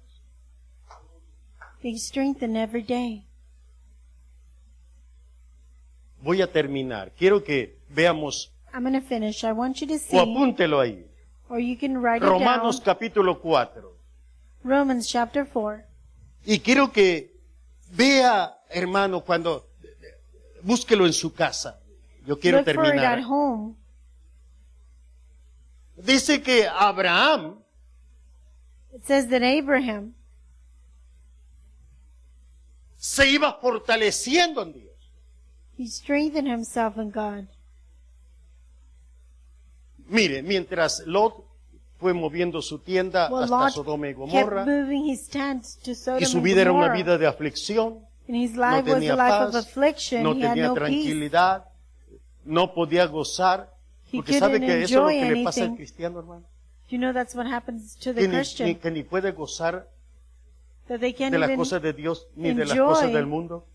being strengthened every day.
Voy a terminar. Quiero que veamos
I'm going to finish. I want you to
o
see,
apúntelo ahí.
or you can write it down.
Romanos capítulo 4.
Romans chapter 4.
Y quiero que vea, hermano, cuando búsquelo en su casa. Yo quiero
Look for it at
terminar.
home.
Dice que Abraham
It says that Abraham
se iba fortaleciendo en Dios.
He strengthened himself in God.
Mire, mientras Lot fue moviendo su tienda
Well,
hasta
Lot
Sodoma y
kept
Gomorra
moving his tent to Sodom
y su
and
vida era una
Gomorrah.
vida de aflicción,
and his
no
life was a
tenía
life of
paz,
affliction.
no
he had
tenía
no peace.
tranquilidad, no podía gozar,
He
porque sabe
couldn't
que eso es lo
enjoy
que le pasa al
anything.
cristiano, hermano,
You know that's what happens to the
que ni, ni-
Christian
que ni puede gozar
that they can't
de las
even
cosas de Dios ni de las cosas
enjoy
del mundo.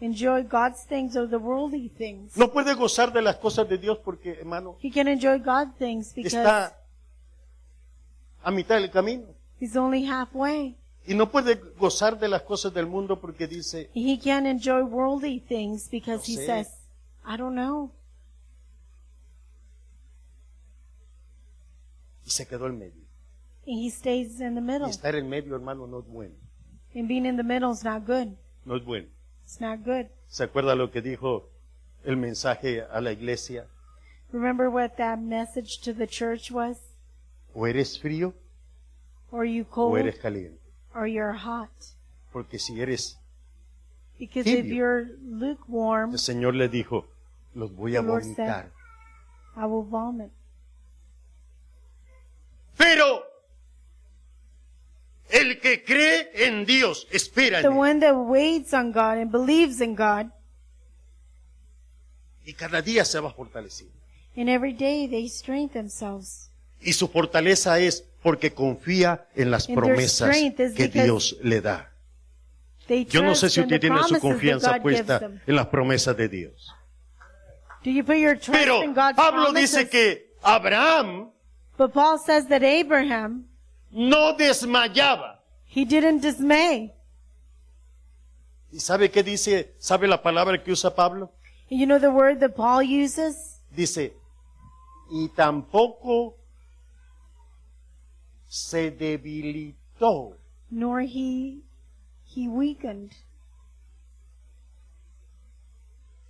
enjoy God's things or the worldly things.
No puede gozar de las cosas de Dios porque, hermano,
He can enjoy God things because
está a mitad del camino.
he's only halfway.
Y no puede gozar de las cosas del mundo porque dice,
He can't enjoy worldly things because
No
he
sé.
says, "I don't know."
y se quedó en medio.
And he stays in the
Y
middle,
estar en medio, hermano, no es bueno.
and being in the middle is not good.
No es bueno.
It's not good.
¿Se acuerda lo que dijo el mensaje a la iglesia?
Remember what that message to the church was?
O eres frío
Or you cold,
o eres caliente.
or you're hot.
Porque si eres,
Because if
Tibio.
you're lukewarm,
el Señor le dijo, los voy a
The Lord said-
vomitar.
I will vomit.
Pero el que cree en Dios, espera
The
en Él,
one that waits on God and believes in God,
y cada día se va fortaleciendo.
and every day they strengthen themselves.
Y su fortaleza es porque confía en las
And their
promesas
strength is
que
because-
Dios le da.
They
Yo no sé
trust
si
in the
usted tiene su
promises that
confianza
God gives
puesta
them.
en las promesas de Dios.
Do you put your trust
Pero
in God's
Pablo
promises?
dice que Abraham
But Paul says that Abraham,
no desmayaba.
he didn't dismay.
¿Y sabe qué dice? ¿Sabe la palabra que usa Pablo?
You know the word that Paul uses?
Dice, y tampoco se debilitó.
Nor he, he weakened.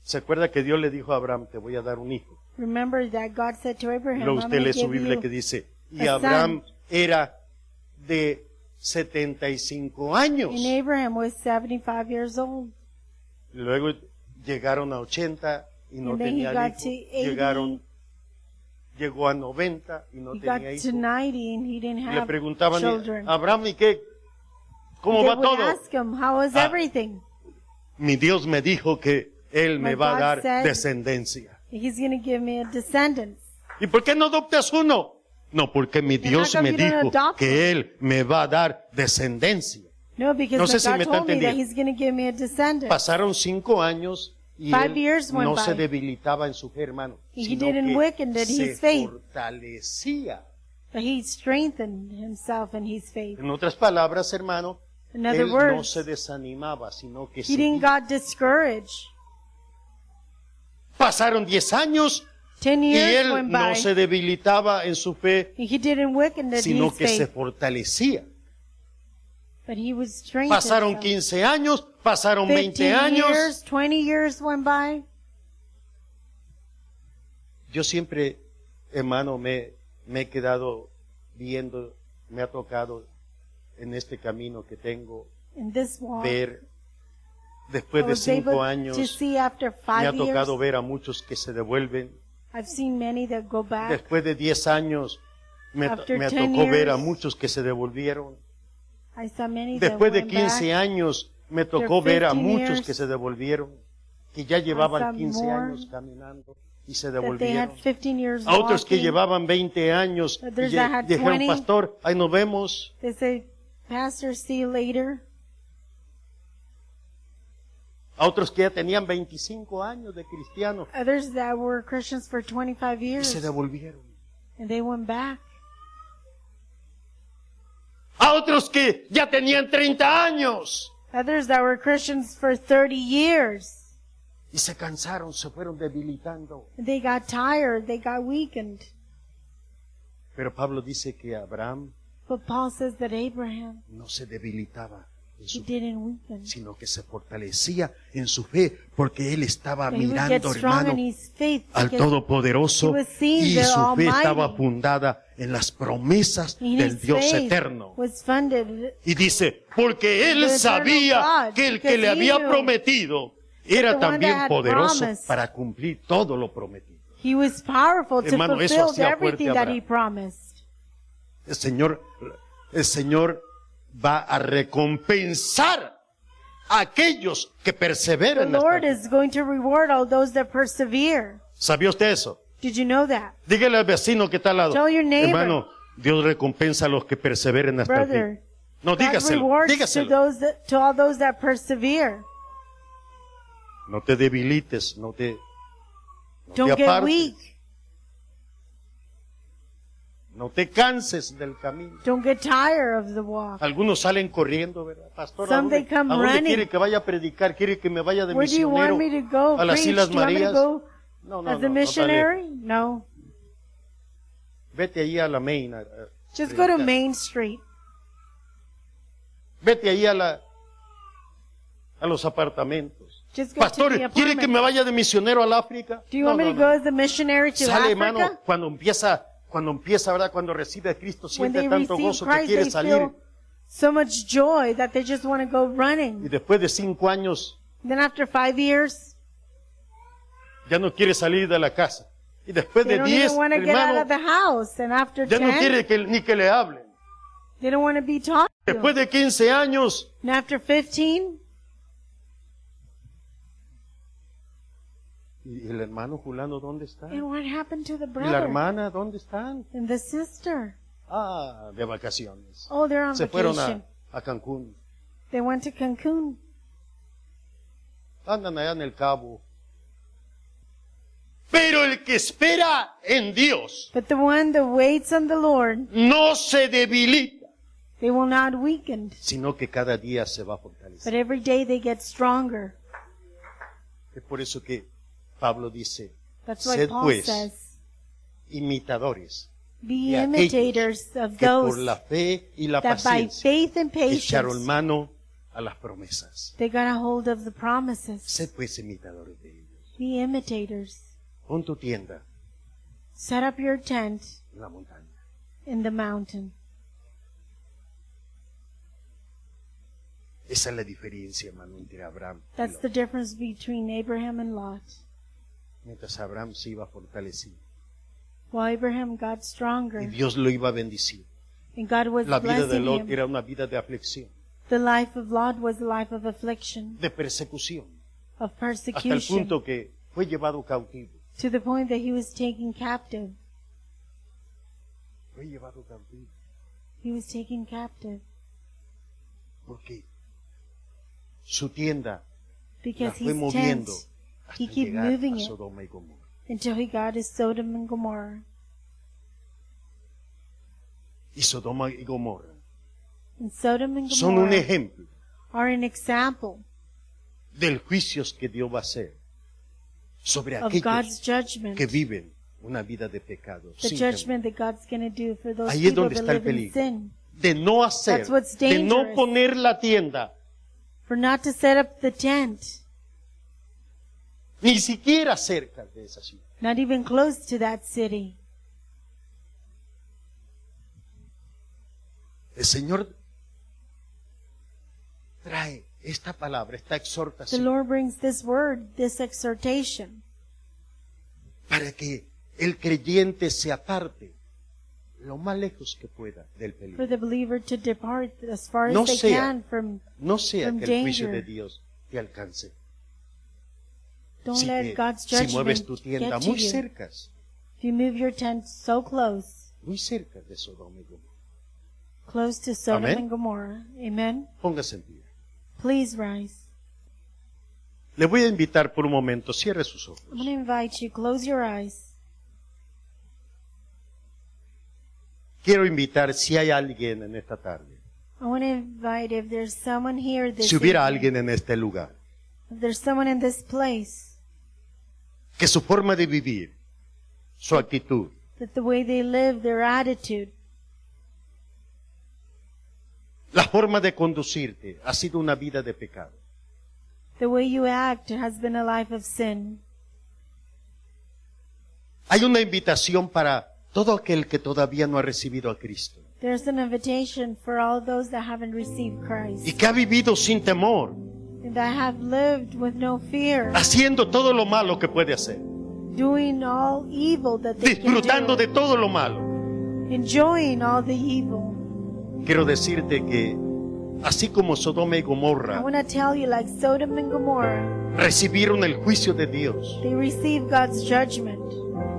¿Se acuerda que Dios le dijo a Abraham, te voy a dar un hijo?
Remember that God said to Abraham,
Luego
I'm
usted
going to
lee su
give
Biblia
you
que dice, y
a
Abraham
son.
era de 75 años.
And Abraham was 75 years old.
Luego llegaron a 80 y no
And then he
tenía
got
hijo.
to 80.
Llegaron, llegó a 90 y no
he got
tenía
to
hijo.
90 and he didn't
Le
have
preguntaban,
children.
"¿Y Abraham, ¿y qué? ¿Cómo
they
va
would
todo?
ask him, how is
Ah,
everything?
Mi Dios me dijo que Él me
My
va a
God
dar
said-
descendencia.
He's going to give me a descendant.
¿Y por qué no adoptas uno? No, porque mi
how
Dios me
come you don't
dijo
adopt
que Él me va a dar descendencia.
No, because
No
my
sé si
God
me está
told me that
entendiendo.
he's going to give me a descendant.
Pasaron cinco años y
Five
él
years went
no se
by.
debilitaba en su fe, hermano,
He
sino
didn't weaken
que
in his
se
faith.
fortalecía.
But he strengthened himself in his faith.
En otras palabras, hermano,
In other
él no
words,
se desanimaba, sino que
he didn't
seguía.
got discouraged.
pasaron diez años
Ten
y
years
él
went by.
no se debilitaba en su fe,
he didn't weaken in
sino
his
que se
faith.
fortalecía.
But he was strengthened.
Pasaron
himself.
15 años, pasaron
15
20 años.
years, 20 years went by.
Yo siempre, hermano, me, me he quedado viendo, me ha tocado en este camino que tengo
In this walk,
ver
I
después de
was able
cinco
to
años
see after
me ha
five years.
tocado ver a muchos que se devuelven
I've seen many that go back.
después de diez años me, to-
After
me
10
tocó ver a
years.
muchos que se devolvieron
I saw many that
después de
went
15
back.
años me tocó ver a
15
muchos
years.
que se devolvieron que ya
some
llevaban 15
more
años caminando y se
That they
devolvieron
had 15 years
a otros que
walking.
llevaban 20 años y
Others
ye-
that had
dijeron
20.
pastor ahí nos vemos
They say, Pastor, see you later.
a otros que ya tenían 25 años de cristiano
Others that were Christians for 25
y
years,
se devolvieron
and they went back.
a otros que ya tenían 30 años
Others that were Christians for 30 years,
y se cansaron, se fueron debilitando.
and they got tired, they got weakened.
Pero Pablo dice que Abraham
But Paul says that Abraham,
no se debilitaba, en
he
su-
didn't weaken.
sino que se fortalecía en su fe porque él estaba
That he would get
mirando,
strong in
hermano,
his faith.
al
because
Todopoderoso
he was seeing
y
the
su fe
Almighty.
estaba fundada en las promesas
in
del
his
Dios
faith
eterno.
Was funded
Y dice, porque él
The eternal
sabía
God,
que el que
because
le
he
había
knew
prometido era
that the one that
también
had
poderoso
promised.
para cumplir todo lo prometido.
He was powerful to
Hermano, eso
fulfill
hacía fuerte a
everything that
Abraham.
he promised.
El Señor, el Señor va a recompensar a aquellos que
The
perseveran. hasta
Lord
el-
is going to reward all those that persevere.
¿Sabía usted eso?
Did you know that?
Dígale al vecino que está al lado.
Tell your neighbor.
Hermano, Dios recompensa a los que perseveren hasta el
Brother,
fin. No,
God
dígaselo,
rewards to
dígaselo.
those that, to all those that persevere.
No te debilites, no te, no te
Don't get
apartes,
weak.
no te canses del camino.
Don't get tired of the walk.
Algunos salen corriendo, ¿verdad? Pastor, ¿a
Some
dónde,
they come
a dónde
running.
quiere que vaya a predicar? ¿Quiere que me vaya de
Where do you
misionero
want me to go?
a las
Preach?
Islas
do you want me to
Marías?
go
No, no, no,
as a
no,
missionary? No.
dale. Vete ahí a la main. a- a
Just go to
predicar.
Main Street.
Vete ahí a la a los apartamentos.
Just go
Pastor,
to the
¿quiere que
apartment.
me vaya de misionero al África?
Do you
No,
want me
no,
to
no.
go as a missionary to
Sale, hermano,
Africa?
cuando empieza, cuando empieza, ¿verdad? Cuando recibe a Cristo
When
siente
they
tanto
receive
gozo que
Christ, they
quiere salir.
feel so much joy that they just want to go
Y
running.
después de cinco años
Then after five years,
ya no quiere salir de la casa. Y después
they
de
don't
diez,
even want to get out of
hermano,
the house. And after
ya no
ten,
quiere que, ni que le hablen.
they don't want to be talked
Después
to.
de 15 años,
And after 15,
¿y el hermano Julano dónde está? ¿Y
and what happened to the
la
brother
hermana dónde están?
and the sister?
Ah, de vacaciones.
Oh, they're on
Se fueron
vacation.
a, a Cancún.
They went to Cancun.
andan allá en el cabo. Pero el que espera en Dios
But the one that waits on the Lord,
no se debilita,
they will not weaken.
sino que cada día se va
But
fortaleciendo.
every day they get stronger.
Es por eso que Pablo dice,
That's why
sed
Paul
pues
says.
imitadores
Be
de aquellos
imitators of
que por
those
la fe y la
that by
paciencia
faith and
echaron
patience
mano a las promesas.
they got a hold of the promises.
Sed pues imitadores de ellos.
Be imitators.
Pon tu tienda
Set up your tent
en la montaña.
in the mountain.
Esa es la diferencia, hermano, entre Abraham y
That's
Lot.
the difference between Abraham and Lot.
Mientras Abraham se iba fortaleciendo
While Abraham got
y
stronger
Dios lo iba a bendecir.
and God was
La vida de
blessing
Lot
him,
era una vida de aflicción,
the life of Lot was a life of affliction,
de persecución,
of
hasta el
persecution,
punto que fue llevado cautivo.
to the point that he was taken captive.
Fue llevado cautivo.
He was taken captive
porque Su tienda la
because
fue
his
moviendo
tent,
hasta
he kept
llegar
moving
a
it
Sodoma y Gomorra.
until he got to Sodom and Gomorrah.
Y Sodoma y Gomorra
And Sodom and
son un
Gomorrah
ejemplo
are an example
del juicio que Dios va a hacer sobre
of God's
aquellos
judgment,
que viven una vida de pecado.
the
sin
judgment that God's going to do for those
Ahí es
people
donde
that
está el
live in
peligro.
sin,
temor. De no hacer,
That's what's
de no
dangerous.
poner la tienda,
for not to set up the tent,
ni siquiera cerca de esa ciudad.
not even close to that city.
El Señor trae esta palabra, esta
The
exhortación,
Lord brings this word, this exhortation,
para que el creyente se aparte lo más lejos que pueda del
for
peligro.
the believer to depart as far as
No
they
sea.
can from.
No sea
From
que el juicio de
danger.
Dios te alcance.
Don't
Si,
let
te-
God's
si
judgment
mueves tu tienda
get to
muy
you.
cerca,
If you move your tent so close,
muy cerca de Sodoma y Gomorra,
close to Sodom
Amén.
and Gomorrah, Amen.
póngase en pie.
Please rise.
Le voy a invitar por un momento, cierre sus ojos.
I'm going to invite you, close your eyes.
Quiero invitar si hay alguien en esta tarde,
I want to invite if there's someone here this
si hubiera
evening,
alguien en este lugar,
if there's someone in this place
que su forma de vivir, su actitud,
that the way they live, their attitude,
La forma de conducirte ha sido una vida de pecado.
the way you act has been a life of sin.
Hay una invitación para todo aquel que todavía no ha recibido a Cristo
There's an invitation for all those that haven't received
y
Christ
que ha vivido sin temor,
and that have lived with no fear,
haciendo todo lo malo que puede hacer,
doing all evil that they can
disfrutando
do,
de todo lo malo.
enjoying all the evil.
Quiero decirte que así como Sodoma y
I
Gomorra
want to tell you, like Sodom and Gomorrah,
recibieron el juicio de Dios
they received God's judgment,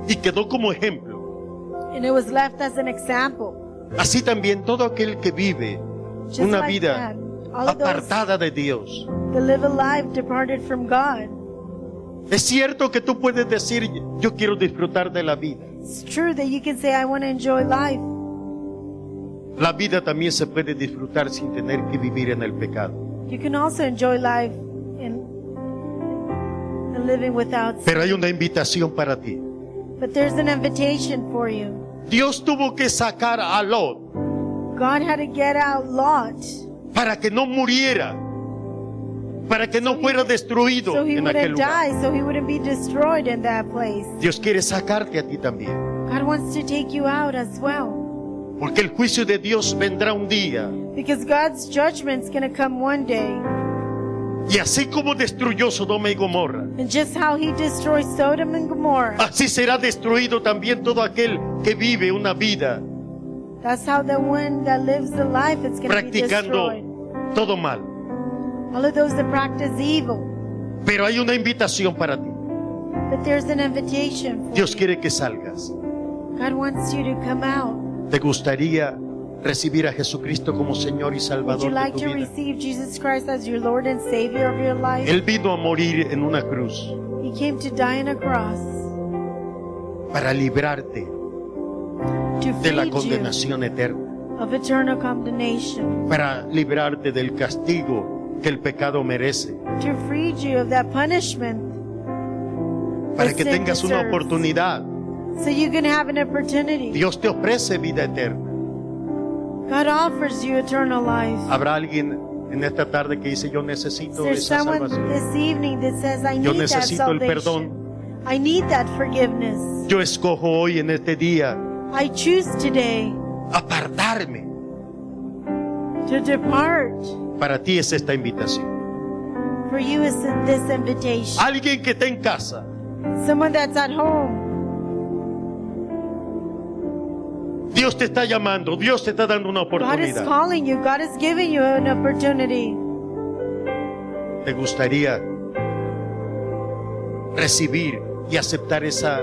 y quedó como ejemplo,
and it was left as an example.
así también todo aquel que vive
Just
una
like
vida
that, all of those
apartada de Dios.
that live a life departed from God.
Es cierto que tú puedes decir, yo quiero disfrutar de la vida.
It's true that you can say, I want to enjoy life.
La vida también se puede disfrutar sin tener que vivir en el pecado.
You can also enjoy life in, in living without sin.
Pero hay una invitación para ti.
But there's an invitation for you.
Dios tuvo que sacar a Lot
God had to get out Lot
para que no muriera, para que no fuera destruido
so he
en aquel
wouldn't
lugar.
die, so he wouldn't be destroyed in that place.
Dios quiere sacarte a ti también,
God wants to take you out as well.
porque el juicio de Dios vendrá un día.
Because God's judgment's going to come one day.
Y así como destruyó Sodoma y Gomorra,
And just how he destroyed Sodom and Gomorrah,
así será destruido también todo aquel que vive una vida
that's how the one that lives the life is going to be destroyed.
practicando todo mal.
All of those that practice evil.
Pero hay una invitación para ti.
But there's an invitation. For
Dios
you.
quiere que salgas.
God wants you to come out.
¿Te gustaría recibir a Jesucristo como Señor y
Would you
Salvador de
like
tu
to
vida?
receive Jesus Christ as your Lord and Savior of your life?
Él vino a morir en una cruz
He came to die on a cross
para librarte
to
de la
free you
condenación eterna,
of eternal condemnation,
para librarte del castigo que el pecado merece,
to free you of that punishment,
para que
sin
tengas una
deserves.
oportunidad.
so you can have an opportunity.
Dios te ofrece vida eterna.
God offers you eternal life.
Habrá alguien en esta tarde que dice yo
Is
necesito
there
esa
someone
salvación.
this evening that says, I
Yo
need that
necesito el
salvation? I need that forgiveness.
Yo escojo hoy en este día
I choose today
apartarme.
to depart.
Para ti es esta invitación.
For you is this invitation.
Alguien que está en casa,
Someone that's at home,
Dios te está llamando, Dios te está dando una
God is
oportunidad.
calling you. God is giving you an opportunity.
¿Te gustaría recibir y aceptar esa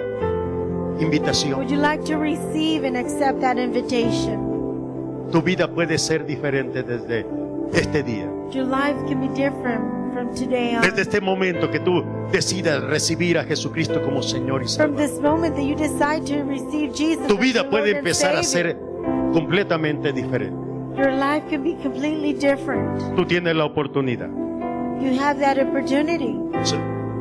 invitación?
Would you like to receive and accept that invitation?
Tu vida puede ser diferente desde este día.
Your life can be different from today
Desde
on.
este momento que tú decidas recibir a Jesucristo como Señor y
From
Salvador.
this moment that you decide to receive Jesus,
Tu
as your
vida puede
Lord and
empezar a
Savior,
ser completamente diferente.
Your life can be completely different.
Tú tienes la oportunidad.
You have that opportunity.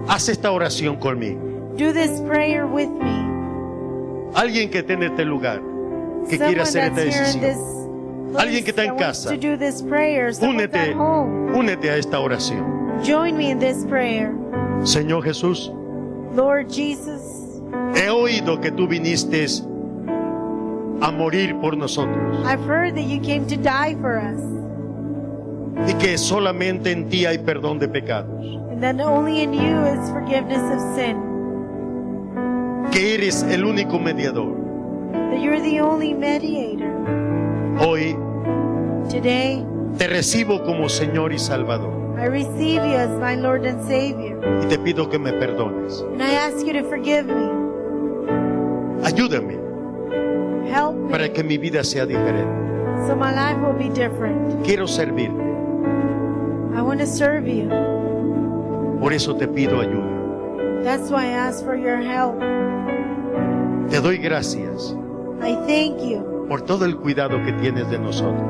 Haz esta oración conmigo.
Do this prayer with me.
Alguien que esté en este lugar, que
Someone
quiera hacer esta
that's here in
decisión.
this
Alguien que está
place
en
that wants
casa.
To do this prayer. Someone that's
Únete,
at home.
únete a esta oración.
Join me in this prayer.
Señor Jesús,
Lord Jesus,
he oído que tú viniste a morir por nosotros
I've heard that you came to die for us,
y que solamente en ti hay perdón de pecados,
and that only in you is forgiveness of sin,
que eres el único mediador.
that you're the only mediator.
Hoy
Today,
te recibo como Señor y Salvador
I receive you as my Lord and Savior,
y te pido que me perdones.
and I ask you to forgive me.
Ayúdame
Help me
para que mi vida sea diferente.
so my life will be different.
Quiero servirte,
I want to serve you.
por eso te pido ayuda.
That's why I ask for your help.
Te doy gracias
I thank you
por todo el cuidado que tienes de nosotros.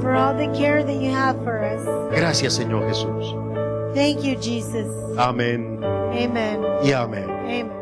for all the care that you have for us.
Gracias Señor Jesús.
Thank you, Jesus.
Amén
Amen.
y amén.
Amen.